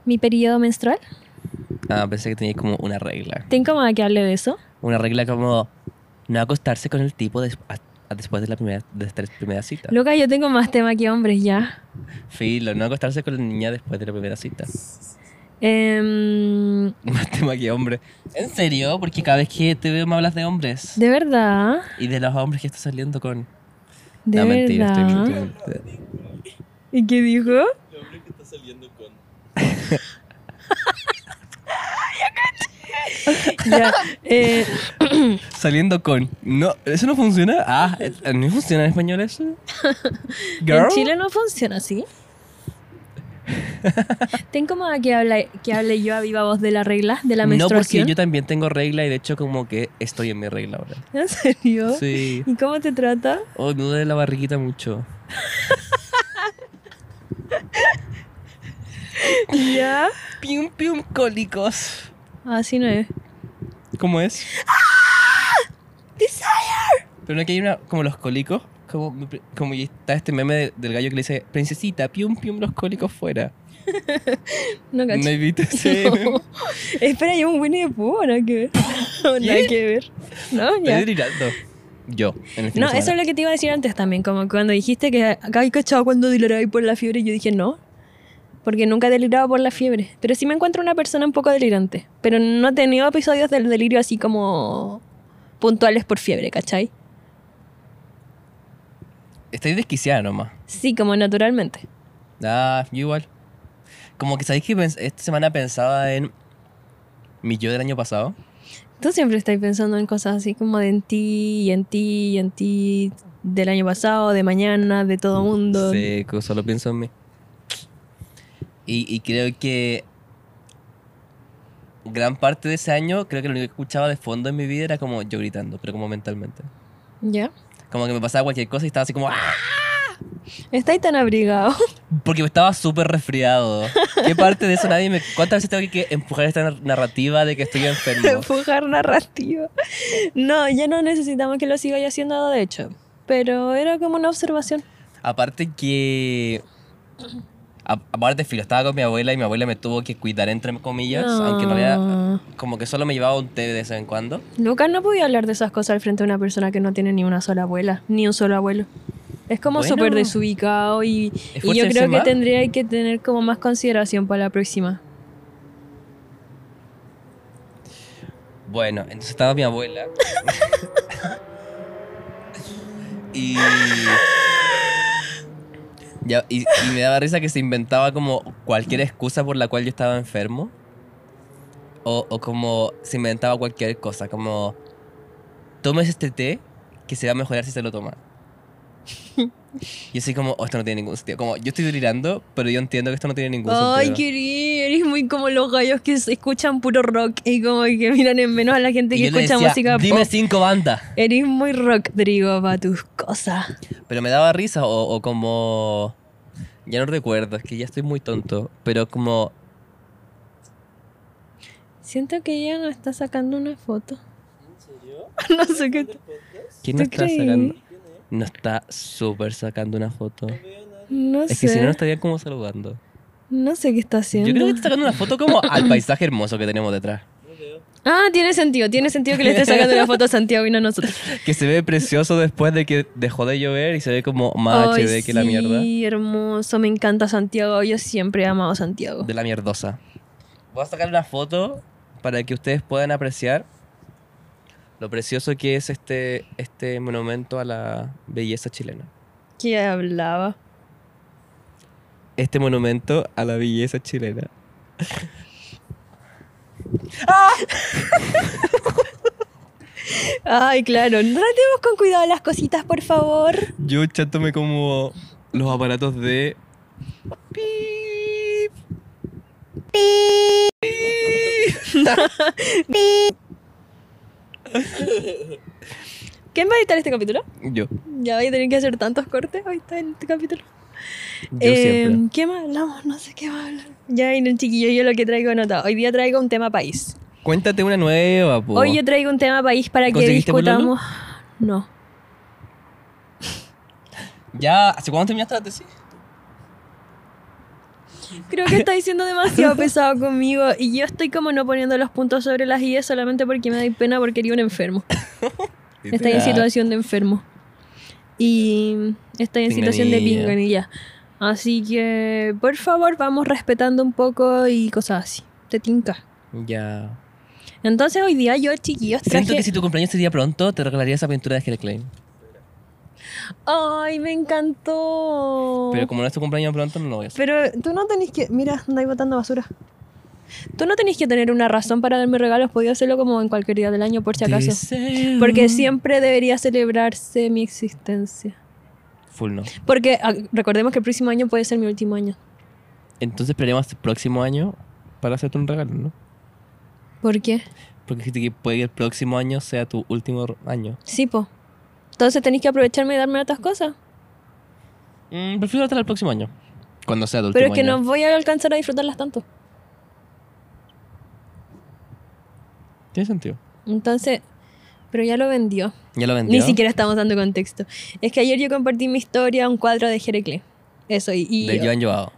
[SPEAKER 2] Mi periodo menstrual.
[SPEAKER 1] Ah, pensé que tenías como una regla.
[SPEAKER 2] ¿Tengo más que hable de eso?
[SPEAKER 1] Una regla como no acostarse con el tipo des- a- a después de la primera, de las tres primeras citas.
[SPEAKER 2] Loca, yo tengo más tema que hombres ya.
[SPEAKER 1] Filo, no acostarse con la niña después de la primera cita.
[SPEAKER 2] Em,
[SPEAKER 1] Más tema que hombre. ¿En serio? Porque cada vez que te veo me hablas de hombres.
[SPEAKER 2] de verdad.
[SPEAKER 1] Y de los hombres que estás saliendo con.
[SPEAKER 2] De
[SPEAKER 1] no,
[SPEAKER 2] verdad.
[SPEAKER 1] mentira, estoy mintiendo.
[SPEAKER 2] ¿Y qué dijo?
[SPEAKER 3] El hombre que está saliendo con.
[SPEAKER 2] Ya, eh,
[SPEAKER 1] Saliendo con. No, ¿eso no funciona? Ah, ¿no funciona en español eso?
[SPEAKER 2] en
[SPEAKER 1] Girl.
[SPEAKER 2] Chile no funciona así. Tengo más que hable, que hable yo a viva voz de la regla, de la
[SPEAKER 1] no, porque
[SPEAKER 2] menstruación.
[SPEAKER 1] yo también tengo regla y de hecho, como que estoy en mi regla ahora.
[SPEAKER 2] ¿En serio?
[SPEAKER 1] Sí.
[SPEAKER 2] ¿Y cómo te trata?
[SPEAKER 1] Hoy me duele la barriguita mucho.
[SPEAKER 2] Ya.
[SPEAKER 1] Pium, pium, cólicos.
[SPEAKER 2] Así no es.
[SPEAKER 1] ¿Cómo es?
[SPEAKER 2] ¡Ah!
[SPEAKER 1] Pero no que hay una, como los cólicos, como, como y está este meme de- del gallo que le dice, princesita, pium, pium, los cólicos fuera.
[SPEAKER 2] No
[SPEAKER 1] ¿No
[SPEAKER 2] cacho.
[SPEAKER 1] has visto ese meme?
[SPEAKER 2] No. Espera, hay un Winnie the Pooh, nada que ver. Nada que ver. No,
[SPEAKER 1] Estoy
[SPEAKER 2] ya.
[SPEAKER 1] delirando. Yo, en el fin
[SPEAKER 2] No,
[SPEAKER 1] de
[SPEAKER 2] eso es
[SPEAKER 1] semana.
[SPEAKER 2] lo que te iba a decir antes también, como cuando dijiste que acá hay cachado cuando deliraba por la fiebre, yo dije no, porque nunca he delirado por la fiebre, pero sí me encuentro una persona un poco delirante, pero no he tenido episodios del delirio así como puntuales por fiebre, ¿cachai?
[SPEAKER 1] Estoy desquiciada nomás.
[SPEAKER 2] Sí, como naturalmente.
[SPEAKER 1] Ah, yo igual. Como que sabéis que pens- esta semana pensaba en mi yo del año pasado.
[SPEAKER 2] Tú siempre estás pensando en cosas así como de en ti, y en ti, y en ti, del año pasado, de mañana, de todo mundo.
[SPEAKER 1] Sí, que solo pienso en mí. Y, y creo que gran parte de ese año, creo que lo único que escuchaba de fondo en mi vida era como yo gritando, pero como mentalmente.
[SPEAKER 2] ¿Ya?
[SPEAKER 1] Como que me pasaba cualquier cosa y estaba así como... "¡Ah!",
[SPEAKER 2] Estáis tan abrigado.
[SPEAKER 1] Porque estaba súper resfriado. ¿Qué parte de eso nadie me... ¿Cuántas veces tengo que empujar esta nar- narrativa de que estoy enfermo?
[SPEAKER 2] empujar narrativa. No, ya no necesitamos que lo siga haciendo, de hecho. Pero era como una observación.
[SPEAKER 1] Aparte que... a- Aparte, filo, estaba con mi abuela y mi abuela me tuvo que cuidar, entre comillas, aunque no había...
[SPEAKER 2] Ah.
[SPEAKER 1] Como que solo me llevaba un té de vez en cuando.
[SPEAKER 2] Lucas no podía hablar de esas cosas al frente de una persona que no tiene ni una sola abuela, ni un solo abuelo. Es como
[SPEAKER 1] Bueno.
[SPEAKER 2] súper desubicado y, y yo
[SPEAKER 1] Esfuércense
[SPEAKER 2] creo que
[SPEAKER 1] más.
[SPEAKER 2] tendría que tener como más consideración para la próxima.
[SPEAKER 1] Bueno, entonces estaba mi abuela. y, ya, y. y me daba risa que se inventaba como cualquier excusa por la cual yo estaba enfermo. O, o como se inventaba cualquier cosa, como. Tomes este té que se va a mejorar si se lo toma. Y así como, "Oh, esto no tiene ningún sentido. Como, yo estoy delirando, pero yo entiendo que esto no tiene ningún
[SPEAKER 2] Ay,
[SPEAKER 1] sentido.
[SPEAKER 2] querido, eres muy como los gallos que se escuchan puro rock y como que miran en menos a la gente
[SPEAKER 1] Y
[SPEAKER 2] que
[SPEAKER 1] yo le
[SPEAKER 2] escucha
[SPEAKER 1] decía,
[SPEAKER 2] música Oh.
[SPEAKER 1] Dime
[SPEAKER 2] pop.
[SPEAKER 1] cinco bandas.
[SPEAKER 2] Eres muy rock, Drigo, para tus cosas.
[SPEAKER 1] Pero me daba risa o, o como... Ya no recuerdo, es que ya estoy muy tonto. Pero como...
[SPEAKER 2] Siento que ella no está sacando una foto.
[SPEAKER 3] ¿En serio?
[SPEAKER 2] No sé qué.
[SPEAKER 3] ¿El podcast?
[SPEAKER 1] ¿Quién no
[SPEAKER 2] ¿Tú
[SPEAKER 1] está
[SPEAKER 2] creí?
[SPEAKER 1] sacando?
[SPEAKER 3] ¿Quién es?
[SPEAKER 1] No está súper sacando una foto.
[SPEAKER 3] No veo nada.
[SPEAKER 2] No
[SPEAKER 1] Es
[SPEAKER 2] sé.
[SPEAKER 1] que si no, no
[SPEAKER 2] no,
[SPEAKER 1] estaría como saludando.
[SPEAKER 2] sé qué está haciendo.
[SPEAKER 1] Yo creo que está sacando una foto como al paisaje hermoso que tenemos detrás.
[SPEAKER 3] No veo.
[SPEAKER 2] Ah, tiene sentido. Tiene sentido que le esté sacando la foto a Santiago y no a nosotros.
[SPEAKER 1] Que se ve precioso después de que dejó de llover y se ve como más
[SPEAKER 2] Ay,
[SPEAKER 1] HD que la mierda.
[SPEAKER 2] Sí, hermoso. Me encanta Santiago. Yo siempre he amado Santiago.
[SPEAKER 1] De la mierdosa. Voy a sacar una foto para que ustedes puedan apreciar lo precioso que es este, este monumento a la belleza chilena.
[SPEAKER 2] ¿Qué hablaba?
[SPEAKER 1] este monumento a la belleza chilena.
[SPEAKER 2] Ay, claro. Tratemos con cuidado las cositas, por favor.
[SPEAKER 1] Yo chándome como los aparatos de. ¡Pip! ¡Pip!
[SPEAKER 2] ¿Quién va a editar este capítulo?
[SPEAKER 1] Yo.
[SPEAKER 2] Ya voy a tener que hacer tantos cortes hoy está en este capítulo.
[SPEAKER 1] Yo
[SPEAKER 2] Eh,
[SPEAKER 1] siempre.
[SPEAKER 2] ¿Qué más hablamos? No sé qué más hablar. Ya, y no, chiquillo, yo lo que traigo anotado. Hoy día traigo un tema país.
[SPEAKER 1] Cuéntate una nueva, po.
[SPEAKER 2] Hoy yo traigo un tema país para que
[SPEAKER 1] ¿Conseguiste
[SPEAKER 2] discutamos. No.
[SPEAKER 1] Ya, ¿hace cuándo terminaste la tesis?
[SPEAKER 2] Creo que está diciendo demasiado pesado conmigo y yo estoy como no poniendo los puntos sobre las IES solamente porque me da pena porque era un enfermo. Estoy en situación de enfermo. Y estoy en situación de
[SPEAKER 1] Pingüinilla.
[SPEAKER 2] pinganilla. Así que, por favor, vamos respetando un poco y cosas así. Te tinca.
[SPEAKER 1] Ya.
[SPEAKER 2] Entonces, hoy día yo, chiquillos,
[SPEAKER 1] Siento
[SPEAKER 2] traje...
[SPEAKER 1] que si tu cumpleaños sería pronto, te regalaría esa pintura de Angela Klein.
[SPEAKER 2] ¡Ay, me encantó!
[SPEAKER 1] Pero como no es tu cumpleaños pronto, no lo voy a hacer.
[SPEAKER 2] Pero Eh, tú no tenés que. Mira, andáis botando basura. Tú no tenés que tener una razón para darme regalos. Podía hacerlo como en cualquier día del año, por si acaso.
[SPEAKER 1] Deseo.
[SPEAKER 2] Porque siempre debería celebrarse mi existencia.
[SPEAKER 1] Full no.
[SPEAKER 2] Porque ah, recordemos que el próximo año puede ser mi último año.
[SPEAKER 1] Entonces esperemos hasta el próximo año para hacerte un regalo, ¿no?
[SPEAKER 2] ¿Por qué?
[SPEAKER 1] Porque dijiste que puede que el próximo año sea tu último r- año.
[SPEAKER 2] Sí, po. Entonces tenéis que aprovecharme y darme otras cosas.
[SPEAKER 1] Mm, prefiero hasta el próximo año. Cuando sea tu último
[SPEAKER 2] Pero es que
[SPEAKER 1] año.
[SPEAKER 2] no voy a alcanzar a disfrutarlas tanto.
[SPEAKER 1] Tiene sentido.
[SPEAKER 2] Entonces. Pero ya lo vendió.
[SPEAKER 1] Ya lo vendió.
[SPEAKER 2] Ni siquiera estamos dando contexto. Es que ayer yo compartí mi historia, un cuadro de Jericles. Eso, y, y,
[SPEAKER 1] De Joan Joao.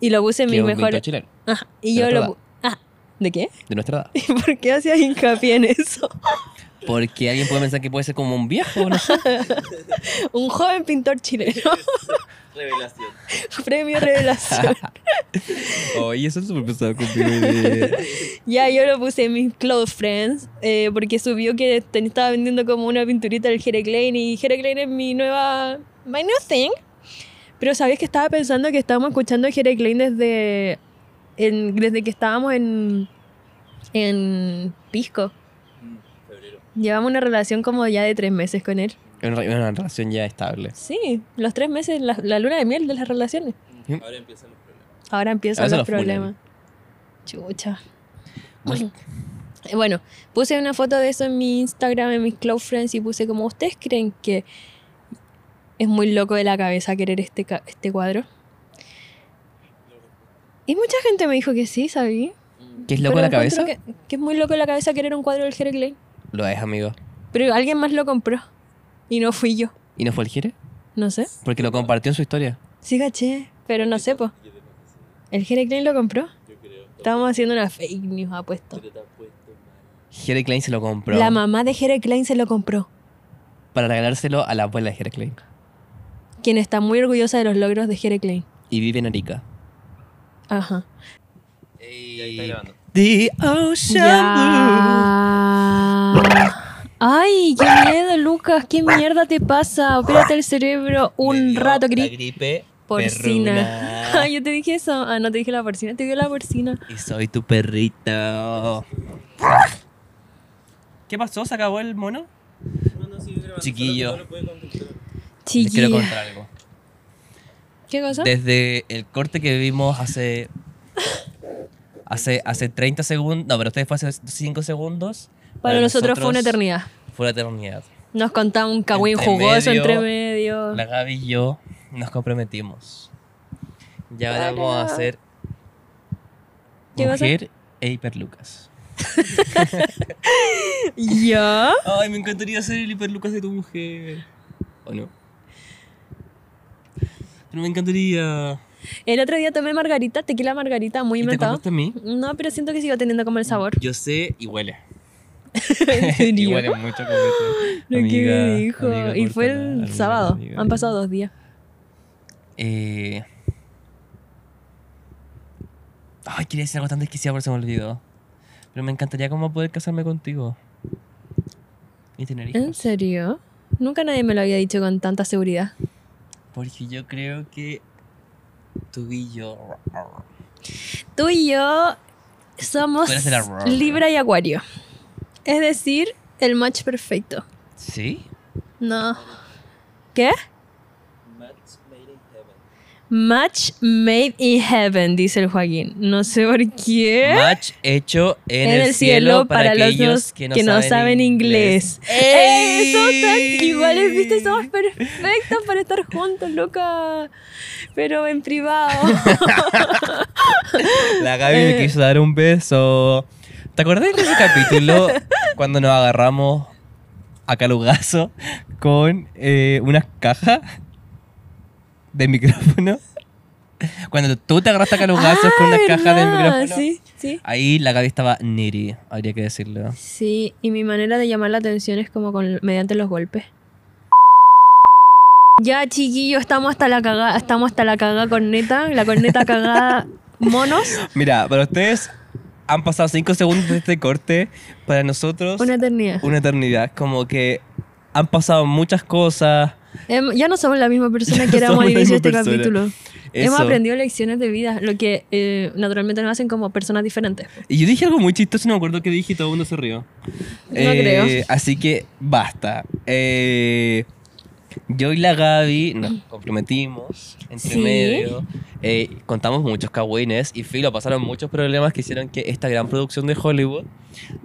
[SPEAKER 2] y lo puse en
[SPEAKER 1] que es
[SPEAKER 2] mi
[SPEAKER 1] un
[SPEAKER 2] mejor.
[SPEAKER 1] pintor chileno,
[SPEAKER 2] Ajá, y
[SPEAKER 1] De
[SPEAKER 2] yo
[SPEAKER 1] nuestra
[SPEAKER 2] lo...
[SPEAKER 1] edad.
[SPEAKER 2] Ah, ¿de qué?
[SPEAKER 1] de nuestra edad.
[SPEAKER 2] ¿Y por qué hacías hincapié en eso?
[SPEAKER 1] Porque alguien puede pensar que puede ser como un viejo, no sé.
[SPEAKER 2] Un joven pintor chileno.
[SPEAKER 3] Revelación.
[SPEAKER 2] Premio Revelación.
[SPEAKER 1] Oye, Oh, eso es súper pesado conmigo. hoy día.
[SPEAKER 2] ya, yo lo puse en mis close friends eh, porque subió que ten- estaba vendiendo como una pinturita del Jere Klein y Jere Klein es mi nueva... My new thing. Pero ¿sabías que estaba pensando que estábamos escuchando a Jere Klein desde, en- desde que estábamos en, en Pisco?
[SPEAKER 3] Mm, Febrero.
[SPEAKER 2] Llevamos una relación como ya de tres meses con él.
[SPEAKER 1] Una, re- una relación ya estable.
[SPEAKER 2] Sí, los tres meses, la, la luna de miel de las relaciones.
[SPEAKER 3] Mm, Ahora empiezan los problemas.
[SPEAKER 2] Ahora empiezan
[SPEAKER 1] Ahora
[SPEAKER 2] los,
[SPEAKER 1] se los
[SPEAKER 2] problemas. Chucha.
[SPEAKER 1] Bueno.
[SPEAKER 2] Eh, Bueno, puse una foto de eso en mi Instagram, en mis close friends, y puse como, ¿ustedes creen que es muy loco de la cabeza querer este, ca- este cuadro? Y mucha gente me dijo que sí, ¿sabí?
[SPEAKER 3] Mm,
[SPEAKER 1] ¿Qué es loco
[SPEAKER 2] Pero
[SPEAKER 1] en la cabeza?
[SPEAKER 2] encuentro Que, que es muy loco de la cabeza querer un cuadro del Jerry Klein.
[SPEAKER 1] Lo es, amigo.
[SPEAKER 2] Pero alguien más lo compró. Y no fui yo.
[SPEAKER 1] ¿Y no fue el gire?
[SPEAKER 2] No sé.
[SPEAKER 1] Porque lo compartió en su historia.
[SPEAKER 2] Sí, caché. Pero no sé, po.
[SPEAKER 3] ¿qué te pasa?
[SPEAKER 2] ¿El Jerry Klein lo compró?
[SPEAKER 3] Yo creo.
[SPEAKER 2] Estábamos haciendo una fake news, apuesto.
[SPEAKER 3] Pero te has puesto mal.
[SPEAKER 1] Jere Klein se lo compró
[SPEAKER 2] La mamá de Jere Klein se lo compró,
[SPEAKER 1] para regalárselo a la abuela de Jere Klein.
[SPEAKER 2] quien está muy orgullosa de los logros de Jere Klein.
[SPEAKER 1] Y vive en Arica.
[SPEAKER 2] Ajá.
[SPEAKER 1] The Ocean Blue.
[SPEAKER 2] Ya. Ay, qué miedo, Lucas. ¿Qué mierda te pasa? Opérate el cerebro
[SPEAKER 1] Me
[SPEAKER 2] un
[SPEAKER 1] dio
[SPEAKER 2] rato,
[SPEAKER 1] la
[SPEAKER 2] Cris.
[SPEAKER 1] gripe
[SPEAKER 2] Porcina.
[SPEAKER 1] perruna.
[SPEAKER 2] Ay, yo te dije eso. Ah, no te dije la porcina, te dio la porcina.
[SPEAKER 1] Y soy tu perrito. ¿Qué pasó? ¿Se acabó el mono?
[SPEAKER 3] No, no, sigue grabando.
[SPEAKER 1] Chiquillo.
[SPEAKER 3] solo que No lo puede contestar.
[SPEAKER 1] Les quiero
[SPEAKER 2] Chillilla.
[SPEAKER 1] contar algo.
[SPEAKER 2] ¿Qué cosa?
[SPEAKER 1] Desde el corte que vimos hace. Hace, hace 30 segundos. No, pero ustedes fue hace 5 segundos.
[SPEAKER 2] Para nosotros fue una eternidad.
[SPEAKER 1] Fue una eternidad.
[SPEAKER 2] Nos contaba un cagüín
[SPEAKER 1] Entre
[SPEAKER 2] jugoso
[SPEAKER 1] medio,
[SPEAKER 2] entre medio.
[SPEAKER 1] La Gaby y yo nos comprometimos. Ya
[SPEAKER 2] Para.
[SPEAKER 1] vamos a ser
[SPEAKER 2] ¿Qué vas a-
[SPEAKER 1] mujer e hiperlucas.
[SPEAKER 2] ¿Ya?
[SPEAKER 1] Ay, me encantaría ser el hiperlucas de tu mujer. ¿O no? Pero me encantaría.
[SPEAKER 2] El otro día tomé margarita, tequila margarita, muy
[SPEAKER 1] ¿Y te Mm.
[SPEAKER 2] inventado.
[SPEAKER 1] acordaste de mí?
[SPEAKER 2] No, pero siento que sigo teniendo como el sabor.
[SPEAKER 1] Yo sé y huele.
[SPEAKER 2] ¿En
[SPEAKER 1] y
[SPEAKER 2] serio?
[SPEAKER 1] huele mucho como eso.
[SPEAKER 2] Lo que
[SPEAKER 1] Amiga,
[SPEAKER 2] me dijo.
[SPEAKER 1] amiga,
[SPEAKER 2] y fue
[SPEAKER 1] córtala,
[SPEAKER 2] el
[SPEAKER 1] amiga,
[SPEAKER 2] sábado.
[SPEAKER 1] amiga,
[SPEAKER 2] Han
[SPEAKER 1] amiga.
[SPEAKER 2] pasado dos días.
[SPEAKER 1] Eh... Ay, quería decir algo tan desquiciado, pero se me olvidó. Pero me encantaría como poder casarme contigo. Y tener hijos.
[SPEAKER 2] ¿En serio? Nunca nadie me lo había dicho con tanta seguridad.
[SPEAKER 1] ¿Eh? Porque yo creo que tú y yo...
[SPEAKER 2] Tú y yo somos
[SPEAKER 1] Tú eres el arroz.
[SPEAKER 2] Libra y Acuario. Es decir, el match perfecto.
[SPEAKER 1] ¿Sí?
[SPEAKER 2] No. ¿Qué?
[SPEAKER 3] Match made in heaven.
[SPEAKER 2] Match made in heaven, dice el Joaquín. No sé por qué.
[SPEAKER 1] Match hecho en, el, cielo, para, aquellos que no, saben,
[SPEAKER 2] inglés. ¡Ey! Eso está- iguales, viste, somos perfectos para estar juntos, loca. Pero en privado.
[SPEAKER 1] La Gaby me quiso dar un beso. ¿Te acordás de ese capítulo cuando nos agarramos a calugazo con eh, unas cajas de micrófono? Cuando tú te agarraste a calugazos con unas cajas de
[SPEAKER 2] Ah, ¿verdad?
[SPEAKER 1] micrófono.
[SPEAKER 2] Sí, sí.
[SPEAKER 1] Ahí la Gaby estaba niri, habría que decirlo.
[SPEAKER 2] Sí, y mi manera de llamar la atención es como con, mediante los golpes. Ya, chiquillo, estamos hasta la cagada, estamos hasta la cagada corneta, la corneta cagada monos.
[SPEAKER 1] Mira, para ustedes han pasado 5 segundos de este corte. Para nosotros,
[SPEAKER 2] Una eternidad.
[SPEAKER 1] una eternidad. Como que han pasado muchas cosas.
[SPEAKER 2] Em, ya no somos la misma persona
[SPEAKER 1] Ya
[SPEAKER 2] que éramos
[SPEAKER 1] somos
[SPEAKER 2] al
[SPEAKER 1] la
[SPEAKER 2] inicio de
[SPEAKER 1] misma
[SPEAKER 2] este
[SPEAKER 1] persona.
[SPEAKER 2] capítulo. Hemos
[SPEAKER 1] Eso.
[SPEAKER 2] aprendido lecciones de vida, lo que eh, naturalmente nos hacen como personas diferentes.
[SPEAKER 1] Y yo dije algo muy chistoso, no me acuerdo qué dije y todo el mundo se rió. Eh,
[SPEAKER 2] No creo.
[SPEAKER 1] Así que basta. Eh, yo y la Gaby nos comprometimos entre
[SPEAKER 2] Sí.
[SPEAKER 1] medio. eh, contamos muchos cagüines y filo, pasaron muchos problemas que hicieron que esta gran producción de Hollywood,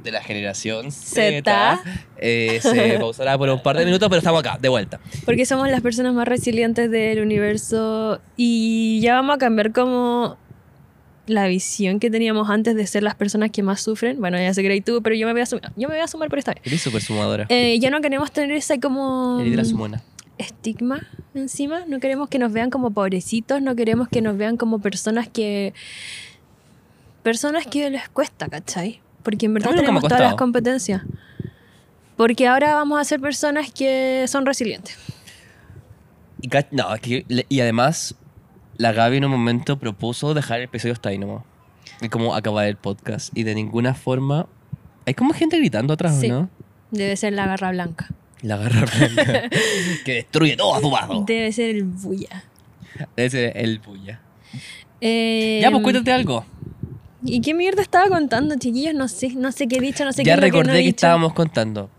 [SPEAKER 1] de la generación Z,
[SPEAKER 2] Zeta.
[SPEAKER 1] eh, se pausara por un par de minutos, pero estamos acá, de vuelta.
[SPEAKER 2] Porque somos las personas más resilientes del universo y ya vamos a cambiar como la visión que teníamos antes de ser las personas que más sufren. Bueno, ya sé que eres tú, pero yo me voy a sumar, yo me voy a sumar por esta vez.
[SPEAKER 1] Eres súper sumadora.
[SPEAKER 2] Eh, ya no queremos tener ese como
[SPEAKER 1] Eres de la sumona.
[SPEAKER 2] estigma encima, no queremos que nos vean como pobrecitos, no queremos que nos vean como personas que personas que les cuesta, ¿cachai? Porque en
[SPEAKER 1] A
[SPEAKER 2] verdad
[SPEAKER 1] mí nunca me
[SPEAKER 2] tenemos
[SPEAKER 1] ha
[SPEAKER 2] todas las
[SPEAKER 1] costado.
[SPEAKER 2] competencias. Porque ahora vamos a ser personas que son resilientes.
[SPEAKER 1] Y, ca- no, es que- le- y además, la Gaby en un momento propuso dejar el episodio hasta ahí nomás. Y como acabar el podcast. Y de ninguna forma. Hay como gente gritando atrás, ¿o
[SPEAKER 2] Sí.
[SPEAKER 1] ¿no?
[SPEAKER 2] Debe ser la garra blanca.
[SPEAKER 1] La garra blanca. que destruye todo a su paso.
[SPEAKER 2] Debe ser el bulla.
[SPEAKER 1] Ese es el bulla.
[SPEAKER 2] Eh,
[SPEAKER 1] ya, pues cuéntate algo.
[SPEAKER 2] ¿Y qué mierda estaba contando, chiquillos? No sé, no sé qué he dicho, no
[SPEAKER 1] ya
[SPEAKER 2] sé qué es lo
[SPEAKER 1] recordé
[SPEAKER 2] no he
[SPEAKER 1] que
[SPEAKER 2] dicho.
[SPEAKER 1] estábamos contando.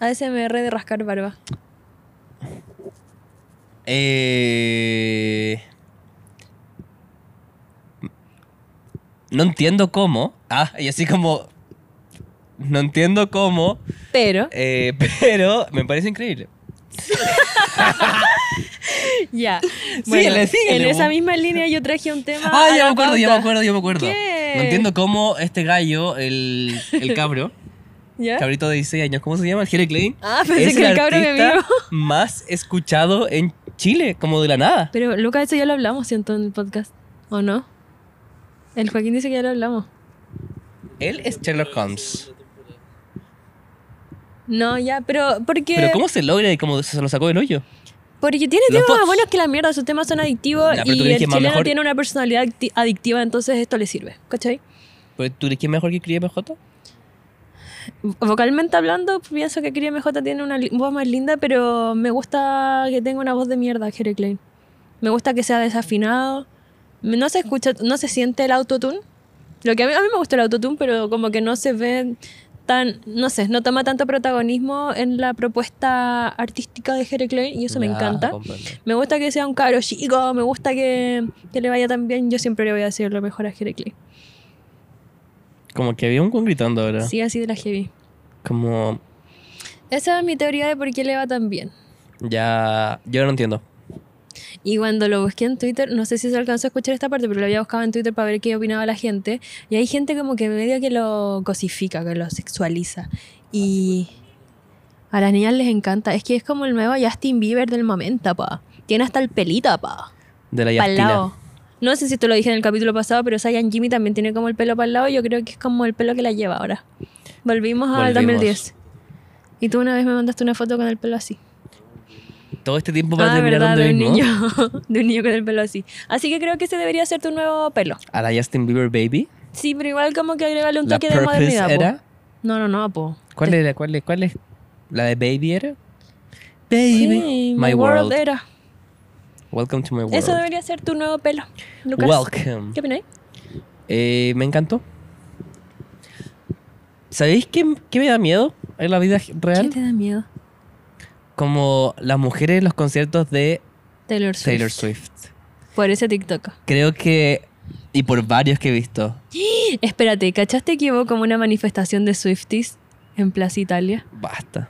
[SPEAKER 2] ASMR de rascar barba.
[SPEAKER 1] Eh, No entiendo cómo. Ah, y así como. No entiendo cómo.
[SPEAKER 2] Pero,
[SPEAKER 1] Eh, pero me parece increíble.
[SPEAKER 2] ya. Bueno,
[SPEAKER 1] le- síguele,
[SPEAKER 2] en
[SPEAKER 1] po.
[SPEAKER 2] esa misma línea yo traje un tema.
[SPEAKER 1] Ah,
[SPEAKER 2] a
[SPEAKER 1] ya
[SPEAKER 2] la
[SPEAKER 1] me acuerdo, ya me
[SPEAKER 2] pauta.
[SPEAKER 1] acuerdo, ya me acuerdo.
[SPEAKER 2] ¿Qué?
[SPEAKER 1] No entiendo cómo este gallo, el, el cabro,
[SPEAKER 2] ¿Ya?
[SPEAKER 1] cabrito de 16 años, ¿cómo se llama? El Jere Klein.
[SPEAKER 2] ¿Eh? Ah, pensé que el cabro me
[SPEAKER 1] artista
[SPEAKER 2] vio.
[SPEAKER 1] más escuchado en Chile, como de la nada.
[SPEAKER 2] Pero, Luca, eso ya lo hablamos, siento, en el podcast. ¿O no? El Joaquín dice que ya lo hablamos.
[SPEAKER 1] Él es Sherlock Holmes.
[SPEAKER 2] No, ya, pero porque...
[SPEAKER 1] Pero ¿cómo se logra y cómo se lo sacó del hoyo?
[SPEAKER 2] Porque tiene
[SPEAKER 1] Los
[SPEAKER 2] temas
[SPEAKER 1] bots.
[SPEAKER 2] más buenos que la mierda, sus temas son adictivos
[SPEAKER 1] Ya, pero tú
[SPEAKER 2] y
[SPEAKER 1] crees
[SPEAKER 2] el
[SPEAKER 1] que más
[SPEAKER 2] chileno
[SPEAKER 1] mejor-
[SPEAKER 2] tiene una personalidad adicti- adictiva, entonces esto le sirve, ¿cachai?
[SPEAKER 1] ¿Pero ¿Tú crees que es mejor que Cris MJ?
[SPEAKER 2] Vocalmente hablando, pienso que Cría MJ tiene una li- voz más linda, pero me gusta que tenga una voz de mierda, Jerry Klein. Me gusta que sea desafinado. No se escucha, no se siente el autotune. Lo que a mí, a mí me gusta el autotune, pero como que no se ve tan, no sé, no toma tanto protagonismo en la propuesta artística de Jerry Klein y eso me
[SPEAKER 1] Ya,
[SPEAKER 2] encanta.
[SPEAKER 1] comprendo.
[SPEAKER 2] Me gusta que sea un cabro chico, me gusta que, que le vaya tan bien. Yo siempre le voy a decir lo mejor a Herecley.
[SPEAKER 1] Como que había un con gritando ahora.
[SPEAKER 2] Sí, así de la heavy.
[SPEAKER 1] Como
[SPEAKER 2] Esa es mi teoría de por qué le va tan bien.
[SPEAKER 1] ya... Yo no entiendo.
[SPEAKER 2] Y cuando lo busqué en Twitter, no sé si se alcanzó a escuchar esta parte, pero lo había buscado en Twitter para ver qué opinaba la gente. Y hay gente como que medio que lo cosifica, que lo sexualiza. Y a las niñas les encanta. Es que es como el nuevo Justin Bieber del momento, pa. Tiene hasta el pelito, pa.
[SPEAKER 1] De la
[SPEAKER 2] Pa'l
[SPEAKER 1] Yastina.
[SPEAKER 2] lado. No sé si esto lo dije en el capítulo pasado, pero Saiyan Jimmy también tiene como el pelo para el lado. Yo creo que es como el pelo que la lleva ahora. Volvimos al
[SPEAKER 1] Volvimos.
[SPEAKER 2] 2010. Y tú una vez me mandaste una foto con el pelo así.
[SPEAKER 1] Todo este tiempo para
[SPEAKER 2] Ah,
[SPEAKER 1] terminar
[SPEAKER 2] verdad,
[SPEAKER 1] donde
[SPEAKER 2] de un
[SPEAKER 1] mismo.
[SPEAKER 2] niño. de un niño con el pelo así. Así que creo que ese debería ser tu nuevo pelo.
[SPEAKER 1] A la Justin Bieber Baby.
[SPEAKER 2] Sí, pero igual como que agregarle un
[SPEAKER 1] La
[SPEAKER 2] toque de
[SPEAKER 1] purpose
[SPEAKER 2] modernidad. po.
[SPEAKER 1] era...
[SPEAKER 2] No, no, no, po.
[SPEAKER 1] ¿Cuál era? ¿Cuál es? ¿Cuál es? ¿La de Baby era? Baby.
[SPEAKER 2] Sí,
[SPEAKER 1] my world.
[SPEAKER 2] era.
[SPEAKER 1] Welcome to my world.
[SPEAKER 2] Eso debería ser tu nuevo pelo, Lucas.
[SPEAKER 1] Welcome.
[SPEAKER 2] ¿Qué opináis?
[SPEAKER 1] Eh, me encantó. ¿Sabéis qué, qué me da miedo en la vida
[SPEAKER 2] ¿Qué
[SPEAKER 1] real?
[SPEAKER 2] te da miedo?
[SPEAKER 1] como las mujeres en los conciertos de
[SPEAKER 2] Taylor Swift.
[SPEAKER 1] Taylor Swift.
[SPEAKER 2] Por ese TikTok.
[SPEAKER 1] Creo que. Y por varios que he visto.
[SPEAKER 2] Espérate, ¿cachaste que hubo como una manifestación de Swifties en Plaza Italia?
[SPEAKER 1] Basta.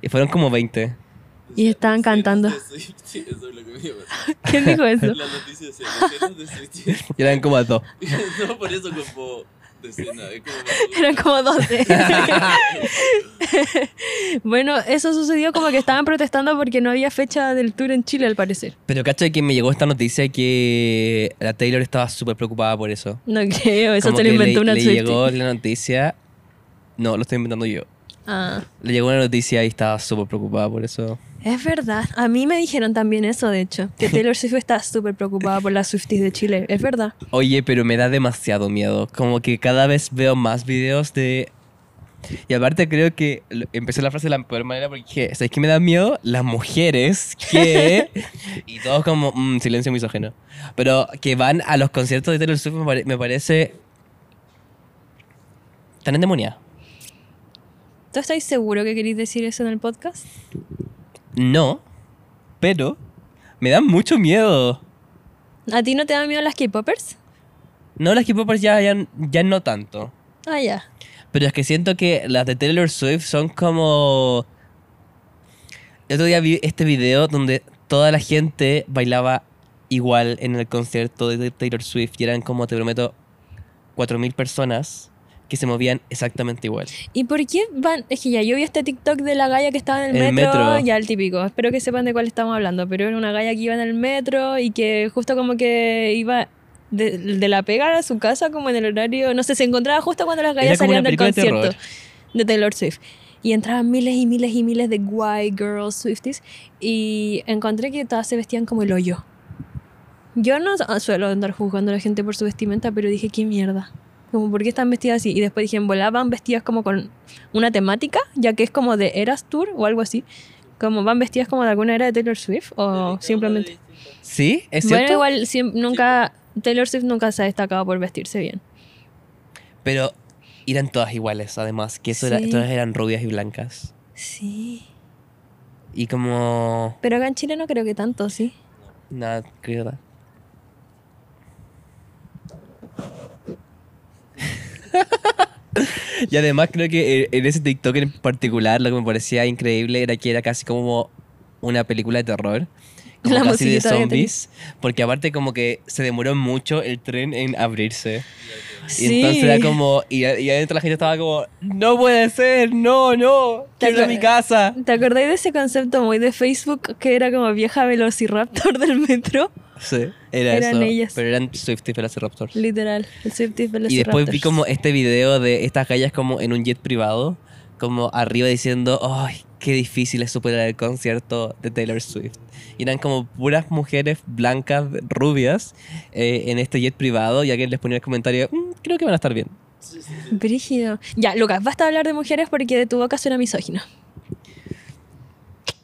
[SPEAKER 1] Y fueron como 20.
[SPEAKER 2] Y estaban
[SPEAKER 3] Escenas
[SPEAKER 2] cantando.
[SPEAKER 3] de Swift, sí, eso es lo que me dio.
[SPEAKER 2] ¿Quién dijo eso?
[SPEAKER 3] La noticia decía, escenas de Swift.
[SPEAKER 1] Y eran como dos.
[SPEAKER 3] No, por eso como decena, es como...
[SPEAKER 2] Eran como ah, 12. bueno, eso sucedió como que estaban protestando porque no había fecha del tour en Chile, al parecer.
[SPEAKER 1] Pero cacho de que me llegó esta noticia que la Taylor estaba súper preocupada por eso.
[SPEAKER 2] No creo, eso
[SPEAKER 1] Como
[SPEAKER 2] te lo
[SPEAKER 1] que le,
[SPEAKER 2] inventó una
[SPEAKER 1] le
[SPEAKER 2] Swiftie.
[SPEAKER 1] llegó la noticia. No, lo estoy inventando yo.
[SPEAKER 2] Ah,
[SPEAKER 1] Le llegó una noticia y estaba súper preocupada por eso.
[SPEAKER 2] es verdad. A mí me dijeron también eso, de hecho. Que Taylor Swift está súper preocupada por las Swifties de Chile. Es verdad.
[SPEAKER 1] Oye, pero me da demasiado miedo. Como que cada vez veo más videos de. Y aparte creo que lo- empecé la frase de la peor manera porque dije, ¿sabes qué me da miedo? Las mujeres que... y todos como, mm, silencio misógeno. Pero que van a los conciertos de Taylor Swift me, pare- me parece... Tan endemoniada.
[SPEAKER 2] ¿Tú estás seguro que queréis decir eso en el podcast?
[SPEAKER 1] No, pero me da mucho miedo.
[SPEAKER 2] ¿A ti no te dan miedo las K-Poppers?
[SPEAKER 1] No, las K-Popers ya, ya, ya no tanto.
[SPEAKER 2] Ah, ya.
[SPEAKER 1] Pero es que siento que las de Taylor Swift son como... El otro día vi este video donde toda la gente bailaba igual en el concierto de Taylor Swift y eran como, te prometo, 4.000 personas que se movían exactamente igual.
[SPEAKER 2] ¿Y por qué van? Es que ya yo vi este TikTok de la galla que estaba en el,
[SPEAKER 1] El
[SPEAKER 2] metro,
[SPEAKER 1] metro.
[SPEAKER 2] Ya el típico. Espero que sepan de cuál estamos hablando. Pero era una galla que iba en el metro y que justo como que iba de, de la pega a su casa, como en el horario. No sé, se encontraba justo cuando las gallas
[SPEAKER 1] Era como una
[SPEAKER 2] salían del
[SPEAKER 1] película de terror.
[SPEAKER 2] concierto de Taylor Swift. Y entraban miles y miles y miles de guay girls Swifties. Y encontré que todas se vestían como el hoyo. Yo no suelo andar juzgando a la gente por su vestimenta, pero dije, qué mierda. Como, ¿por qué están vestidas así? Y después dije, en volá van vestidas como con una temática, ya que es como de Eras Tour o algo así. Como van vestidas como de alguna era de Taylor Swift o simplemente...
[SPEAKER 1] ¿Sí? ¿Es cierto?
[SPEAKER 2] Bueno, igual siem- nunca... Taylor Swift nunca se ha destacado por vestirse bien.
[SPEAKER 1] Pero eran todas iguales, además, que eso era-
[SPEAKER 2] Sí.
[SPEAKER 1] todas eran rubias y blancas.
[SPEAKER 2] Sí.
[SPEAKER 1] Y como...
[SPEAKER 2] Pero acá en Chile no creo que tanto, ¿sí?
[SPEAKER 1] Nada, creo que- Y además creo que en- en ese TikTok en particular lo que me parecía increíble era que era casi como una película de terror. Como
[SPEAKER 2] La
[SPEAKER 1] casi de
[SPEAKER 2] musiquita de
[SPEAKER 1] zombies. Porque aparte como que se demoró mucho el tren en abrirse.
[SPEAKER 2] Sí.
[SPEAKER 1] Y entonces era como... Y, a- y adentro la gente estaba como... ¡No puede ser! ¡No, no!
[SPEAKER 2] Te
[SPEAKER 1] ¡Quiero
[SPEAKER 2] acuer-
[SPEAKER 1] mi casa!
[SPEAKER 2] ¿Te acordáis de ese concepto muy de Facebook que era como vieja velociraptor del metro?
[SPEAKER 1] Sí, era
[SPEAKER 2] Eran
[SPEAKER 1] eso.
[SPEAKER 2] ellas.
[SPEAKER 1] Pero eran Swifties Velociraptors.
[SPEAKER 2] Literal, el Swifties
[SPEAKER 1] Y después vi
[SPEAKER 2] velociraptors.
[SPEAKER 1] como este video de estas gallas como en un jet privado, como arriba diciendo, ¡ay, qué difícil es superar el concierto de Taylor Swift! Y eran como puras mujeres blancas, rubias, eh, en este jet privado y alguien les ponía el comentario, "Mm, creo que van a estar bien.
[SPEAKER 2] Brígido. Ya, Lucas, basta de hablar de mujeres porque de tu boca suena misógina.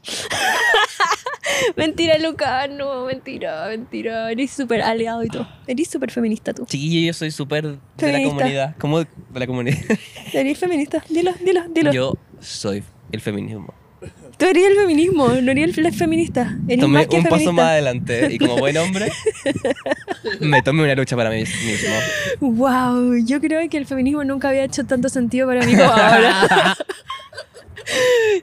[SPEAKER 2] mentira, Lucas, no, mentira, mentira. Eres súper aliado y todo. Eres súper feminista tú.
[SPEAKER 1] Chiquillo, yo soy súper de la
[SPEAKER 2] Feminista.
[SPEAKER 1] comunidad. ¿Cómo de la comunidad?
[SPEAKER 2] Eres feminista. Dilo, dilo, dilo.
[SPEAKER 1] Yo soy el feminismo.
[SPEAKER 2] Tú eres el feminismo, no eres el feminista. Eres
[SPEAKER 1] Tomé
[SPEAKER 2] más que
[SPEAKER 1] un
[SPEAKER 2] feminista.
[SPEAKER 1] paso más adelante y como buen hombre, me tomé una lucha para mí mismo.
[SPEAKER 2] Wow, yo creo que el feminismo nunca había hecho tanto sentido para mí como ahora.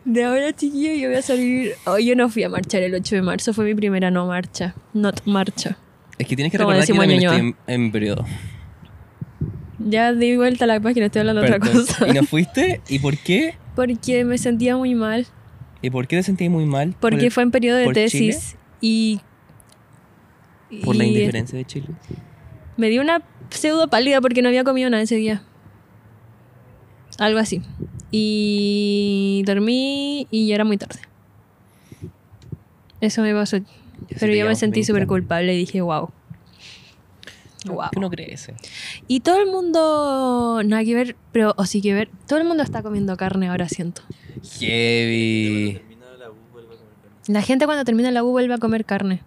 [SPEAKER 2] De ahora, chiquillo, yo voy a salir. Hoy yo no fui a marchar el 8 de marzo, fue mi primera no marcha. Not marcha.
[SPEAKER 1] Es que tienes que
[SPEAKER 2] Como
[SPEAKER 1] recordar que yo
[SPEAKER 2] decimos en
[SPEAKER 1] también estoy
[SPEAKER 2] Ñuñoa.
[SPEAKER 1] en- en mi periodo.
[SPEAKER 2] Ya di vuelta a la página, estoy hablando de otra
[SPEAKER 1] Perdón.
[SPEAKER 2] cosa.
[SPEAKER 1] ¿Y no fuiste? ¿Y por qué?
[SPEAKER 2] Porque me sentía muy mal,
[SPEAKER 1] ¿Y por qué te sentías muy mal? por
[SPEAKER 2] porque
[SPEAKER 1] el-
[SPEAKER 2] fue en periodo de
[SPEAKER 1] por Chile?
[SPEAKER 2] tesis y.
[SPEAKER 1] Por la
[SPEAKER 2] y
[SPEAKER 1] indiferencia de Chile.
[SPEAKER 2] Me dio una pseudo pálida porque no había comido nada ese día. Algo así. Y dormí y ya era muy tarde. Eso me pasó. Pero yo me sentí súper culpable y dije, wow. Wow.
[SPEAKER 1] ¿Qué uno crece?
[SPEAKER 2] Y todo el mundo, nada que ver, pero o sí que ver, todo el mundo está comiendo carne ahora, siento.
[SPEAKER 1] Heavy.
[SPEAKER 2] La gente cuando termina la U vuelve a comer carne.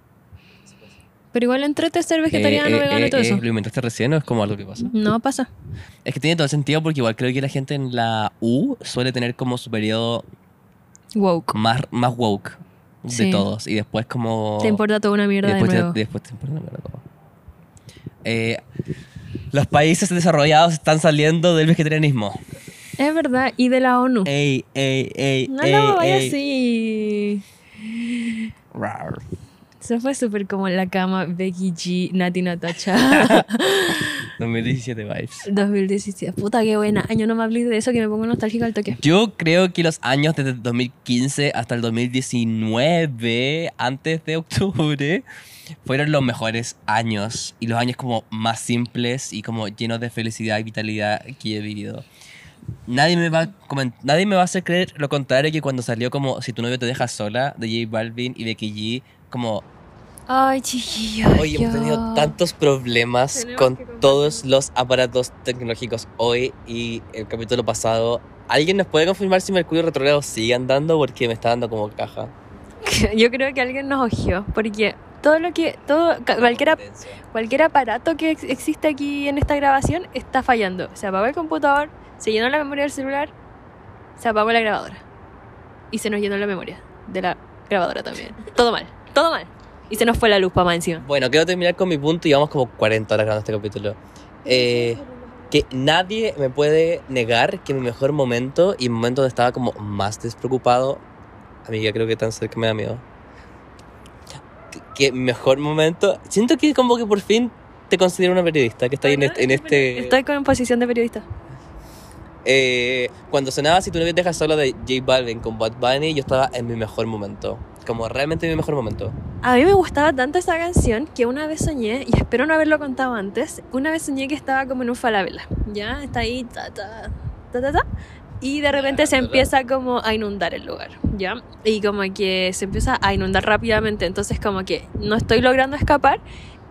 [SPEAKER 2] Pero igual entrete ser vegetariano,
[SPEAKER 1] Eh, eh,
[SPEAKER 2] vegano
[SPEAKER 1] eh,
[SPEAKER 2] y todo
[SPEAKER 1] eh,
[SPEAKER 2] eso.
[SPEAKER 1] ¿Lo inventaste recién o es como algo que pasa?
[SPEAKER 2] No pasa.
[SPEAKER 1] Es que tiene todo sentido porque igual creo que la gente en la U suele tener como su periodo
[SPEAKER 2] Woke.
[SPEAKER 1] más, más woke de
[SPEAKER 2] Sí.
[SPEAKER 1] todos. Y después como...
[SPEAKER 2] Te importa toda una
[SPEAKER 1] y
[SPEAKER 2] mierda de
[SPEAKER 1] después, te-
[SPEAKER 2] nuevo.
[SPEAKER 1] después te importa una mierda todo. Eh, los países desarrollados están saliendo del vegetarianismo.
[SPEAKER 2] Es verdad, y de la ONU.
[SPEAKER 1] Ey, ey, ey,
[SPEAKER 2] no,
[SPEAKER 1] ey,
[SPEAKER 2] no, vaya
[SPEAKER 1] ey.
[SPEAKER 2] así.
[SPEAKER 1] Rar.
[SPEAKER 2] Se fue súper como en la cama Becky G, Nati Natacha.
[SPEAKER 1] 2017 vibes.
[SPEAKER 2] 2017. Puta, qué buena. Año no me hables de eso que me pongo nostálgica al toque.
[SPEAKER 1] Yo creo que los años desde el 2015 hasta el 2019, antes de octubre, fueron los mejores años y los años como más simples y como llenos de felicidad y vitalidad que he vivido. Nadie me, va a comen- nadie me va a hacer creer lo contrario que cuando salió como Si tu novio te deja sola de J Balvin y Becky G, como
[SPEAKER 2] Ay, chiquillo.
[SPEAKER 1] Hoy hemos tenido
[SPEAKER 2] yo-
[SPEAKER 1] tantos problemas
[SPEAKER 2] Tenemos
[SPEAKER 1] con
[SPEAKER 2] que compartir.
[SPEAKER 1] todos los aparatos tecnológicos hoy y el capítulo pasado. ¿Alguien nos puede confirmar si Mercurio retrógrado sigue andando? Porque me está dando como caja.
[SPEAKER 2] Yo creo que alguien nos ojió. Porque todo lo que. todo ca- Cualquier, ap- cualquier aparato que ex- existe aquí en esta grabación está fallando. Se apagó el computador, se llenó la memoria del celular, se apagó la grabadora. Y se nos llenó la memoria de la grabadora también. Todo mal, todo mal. Y se nos fue la luz, para más encima.
[SPEAKER 1] Bueno, quiero terminar con mi punto y vamos como 40 horas grabando este capítulo. Eh, que nadie me puede negar que mi mejor momento y el momento donde estaba como más despreocupado, amiga, creo que tan cerca me da miedo. Que- Que mi mejor momento, siento que como que por fin te considero una periodista que está
[SPEAKER 2] Ah,
[SPEAKER 1] ahí en este... en este-
[SPEAKER 2] Estoy con posición de periodista.
[SPEAKER 1] Eh, cuando sonaba Si tu novio te deja sola de J Balvin con Bad Bunny, yo estaba en mi mejor momento. Como realmente mi mejor momento.
[SPEAKER 2] A mí me gustaba tanto esa canción que una vez soñé, y espero no haberlo contado antes, una vez soñé que estaba como en un falabella, ¿ya? Está ahí, ta, ta, ta, ta, ta, y de repente se empieza como a inundar el lugar, ¿ya? Y como que se empieza a inundar rápidamente, entonces como que no estoy logrando escapar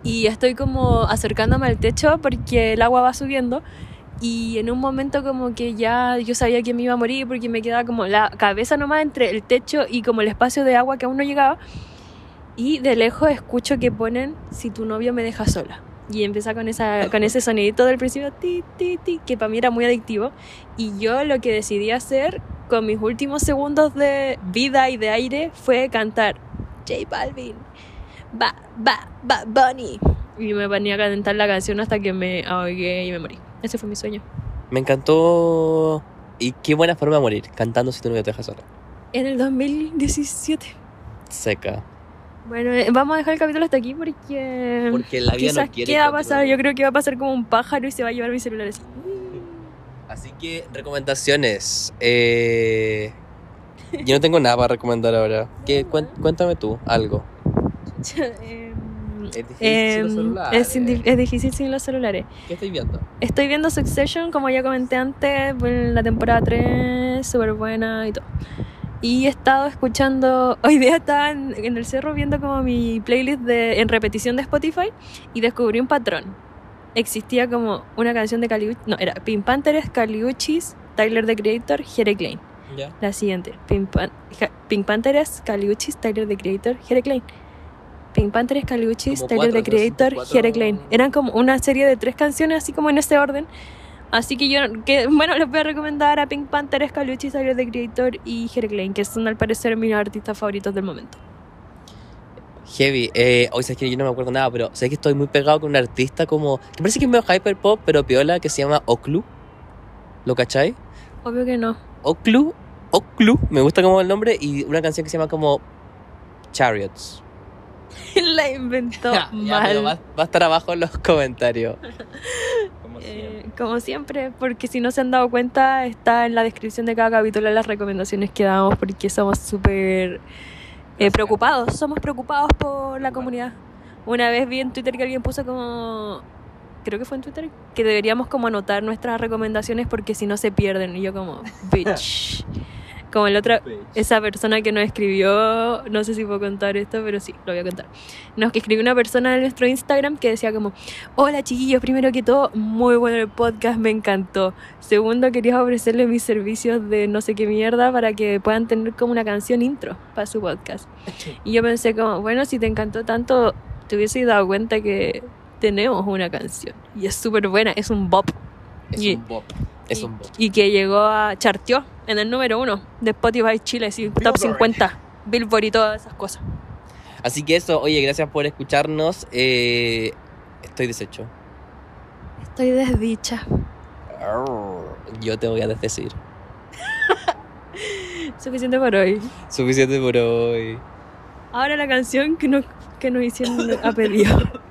[SPEAKER 2] y estoy como acercándome al techo porque el agua va subiendo. Y en un momento como que ya yo sabía que me iba a morir porque me quedaba como la cabeza nomás entre el techo y como el espacio de agua que aún no llegaba. Y de lejos escucho que ponen Si tu novio me deja sola. Y empieza con, esa, con ese sonidito del principio, ti, ti, ti, que para mí era muy adictivo. Y yo lo que decidí hacer con mis últimos segundos de vida y de aire fue cantar J Balvin, ba, ba, ba, bunny. Y me ponía a cantar la canción hasta que me ahogué y me morí. Ese fue mi sueño.
[SPEAKER 1] Me encantó. Y qué buena forma de morir, cantando Si tu novio te deja sola.
[SPEAKER 2] En el 2017.
[SPEAKER 1] Seca.
[SPEAKER 2] Bueno, eh, vamos a dejar el capítulo hasta aquí porque...
[SPEAKER 1] Porque la vida
[SPEAKER 2] Mm, Quizás,
[SPEAKER 1] no quiere.
[SPEAKER 2] ¿qué va a
[SPEAKER 1] que otro-
[SPEAKER 2] pasar? Yo creo que va a pasar como un pájaro y se va a llevar mis celulares.
[SPEAKER 1] Así que, recomendaciones. Eh, Yo no tengo nada para recomendar ahora. ¿Qué? Cuen- cuéntame tú algo. Es difícil
[SPEAKER 2] Em,
[SPEAKER 1] los celulares.
[SPEAKER 2] es, eh. indi- es difícil sin los celulares.
[SPEAKER 1] ¿Qué estoy viendo?
[SPEAKER 2] Estoy viendo Succession, como ya comenté antes, por la temporada 3, súper buena y todo. Y he estado escuchando, hoy día estaba en, en el cerro viendo como mi playlist de, en repetición de Spotify y descubrí un patrón. Existía como una canción de Caliuchis, no, era Pink Panthers, Caliuchis, Tyler the Creator, Jere Klein.
[SPEAKER 1] Ya.
[SPEAKER 2] La siguiente. Pink, Pan- Ja- Pink Panthers, Caliuchis, Tyler the Creator, Jere Klein. Pink Panthers, Caliuchis,
[SPEAKER 1] Como
[SPEAKER 2] Tyler the
[SPEAKER 1] cuatro, entonces,
[SPEAKER 2] Creator,
[SPEAKER 1] cuatro-
[SPEAKER 2] Jere Klein. Eran como una serie de tres canciones, así como en ese orden. Así que yo, que, bueno, les voy a recomendar a Pink Panthers, Caliuchis, Tyler the Creator y Jere Klein, que son al parecer mis artistas favoritos del momento.
[SPEAKER 1] Heavy, eh, hoy sabes que yo no me acuerdo nada, pero sé que estoy muy pegado con un artista como. que parece que es medio hyperpop, pero piola, que se llama Oklu. ¿Lo cachai?
[SPEAKER 2] Obvio que no.
[SPEAKER 1] Oklu, Oklu, me gusta como el nombre, y una canción que se llama como. Chariots.
[SPEAKER 2] La inventó
[SPEAKER 1] Ja, Ah, ya, pero
[SPEAKER 2] mal.
[SPEAKER 1] va, va a estar abajo en los comentarios. Como siempre.
[SPEAKER 2] Eh, como siempre, porque si no se han dado cuenta, está en la descripción de cada capítulo las recomendaciones que damos, porque somos súper eh,
[SPEAKER 1] Gracias.
[SPEAKER 2] preocupados, somos preocupados por la
[SPEAKER 1] Preocupados.
[SPEAKER 2] comunidad. Una vez vi en Twitter que alguien puso como, creo que fue en Twitter, que deberíamos como anotar nuestras recomendaciones porque si no se pierden. Y yo como, bitch. como el otro, esa persona que nos escribió, no sé si puedo contar esto, pero sí, lo voy a contar. Nos que escribió una persona en nuestro Instagram que decía como, hola chiquillos, primero que todo, muy bueno el podcast, me encantó. Segundo, quería ofrecerles mis servicios de no sé qué mierda para que puedan tener como una canción intro para su podcast. Y yo pensé como, bueno, si te encantó tanto, te hubiese dado cuenta que tenemos una canción. Y es súper buena, es un bop.
[SPEAKER 1] Es
[SPEAKER 2] Y-
[SPEAKER 1] un bop. Es
[SPEAKER 2] y,
[SPEAKER 1] un
[SPEAKER 2] y que llegó a charteó en el número uno de Spotify Chile, sí, top
[SPEAKER 1] Billboard.
[SPEAKER 2] 50, Billboard y todas esas cosas.
[SPEAKER 1] Así que eso, oye, gracias por escucharnos. eh, estoy deshecho.
[SPEAKER 2] Estoy desdicha.
[SPEAKER 1] Yo te voy a desdecir.
[SPEAKER 2] Suficiente por hoy.
[SPEAKER 1] Suficiente por hoy.
[SPEAKER 2] Ahora la canción que nos, que nos hicieron a pedido.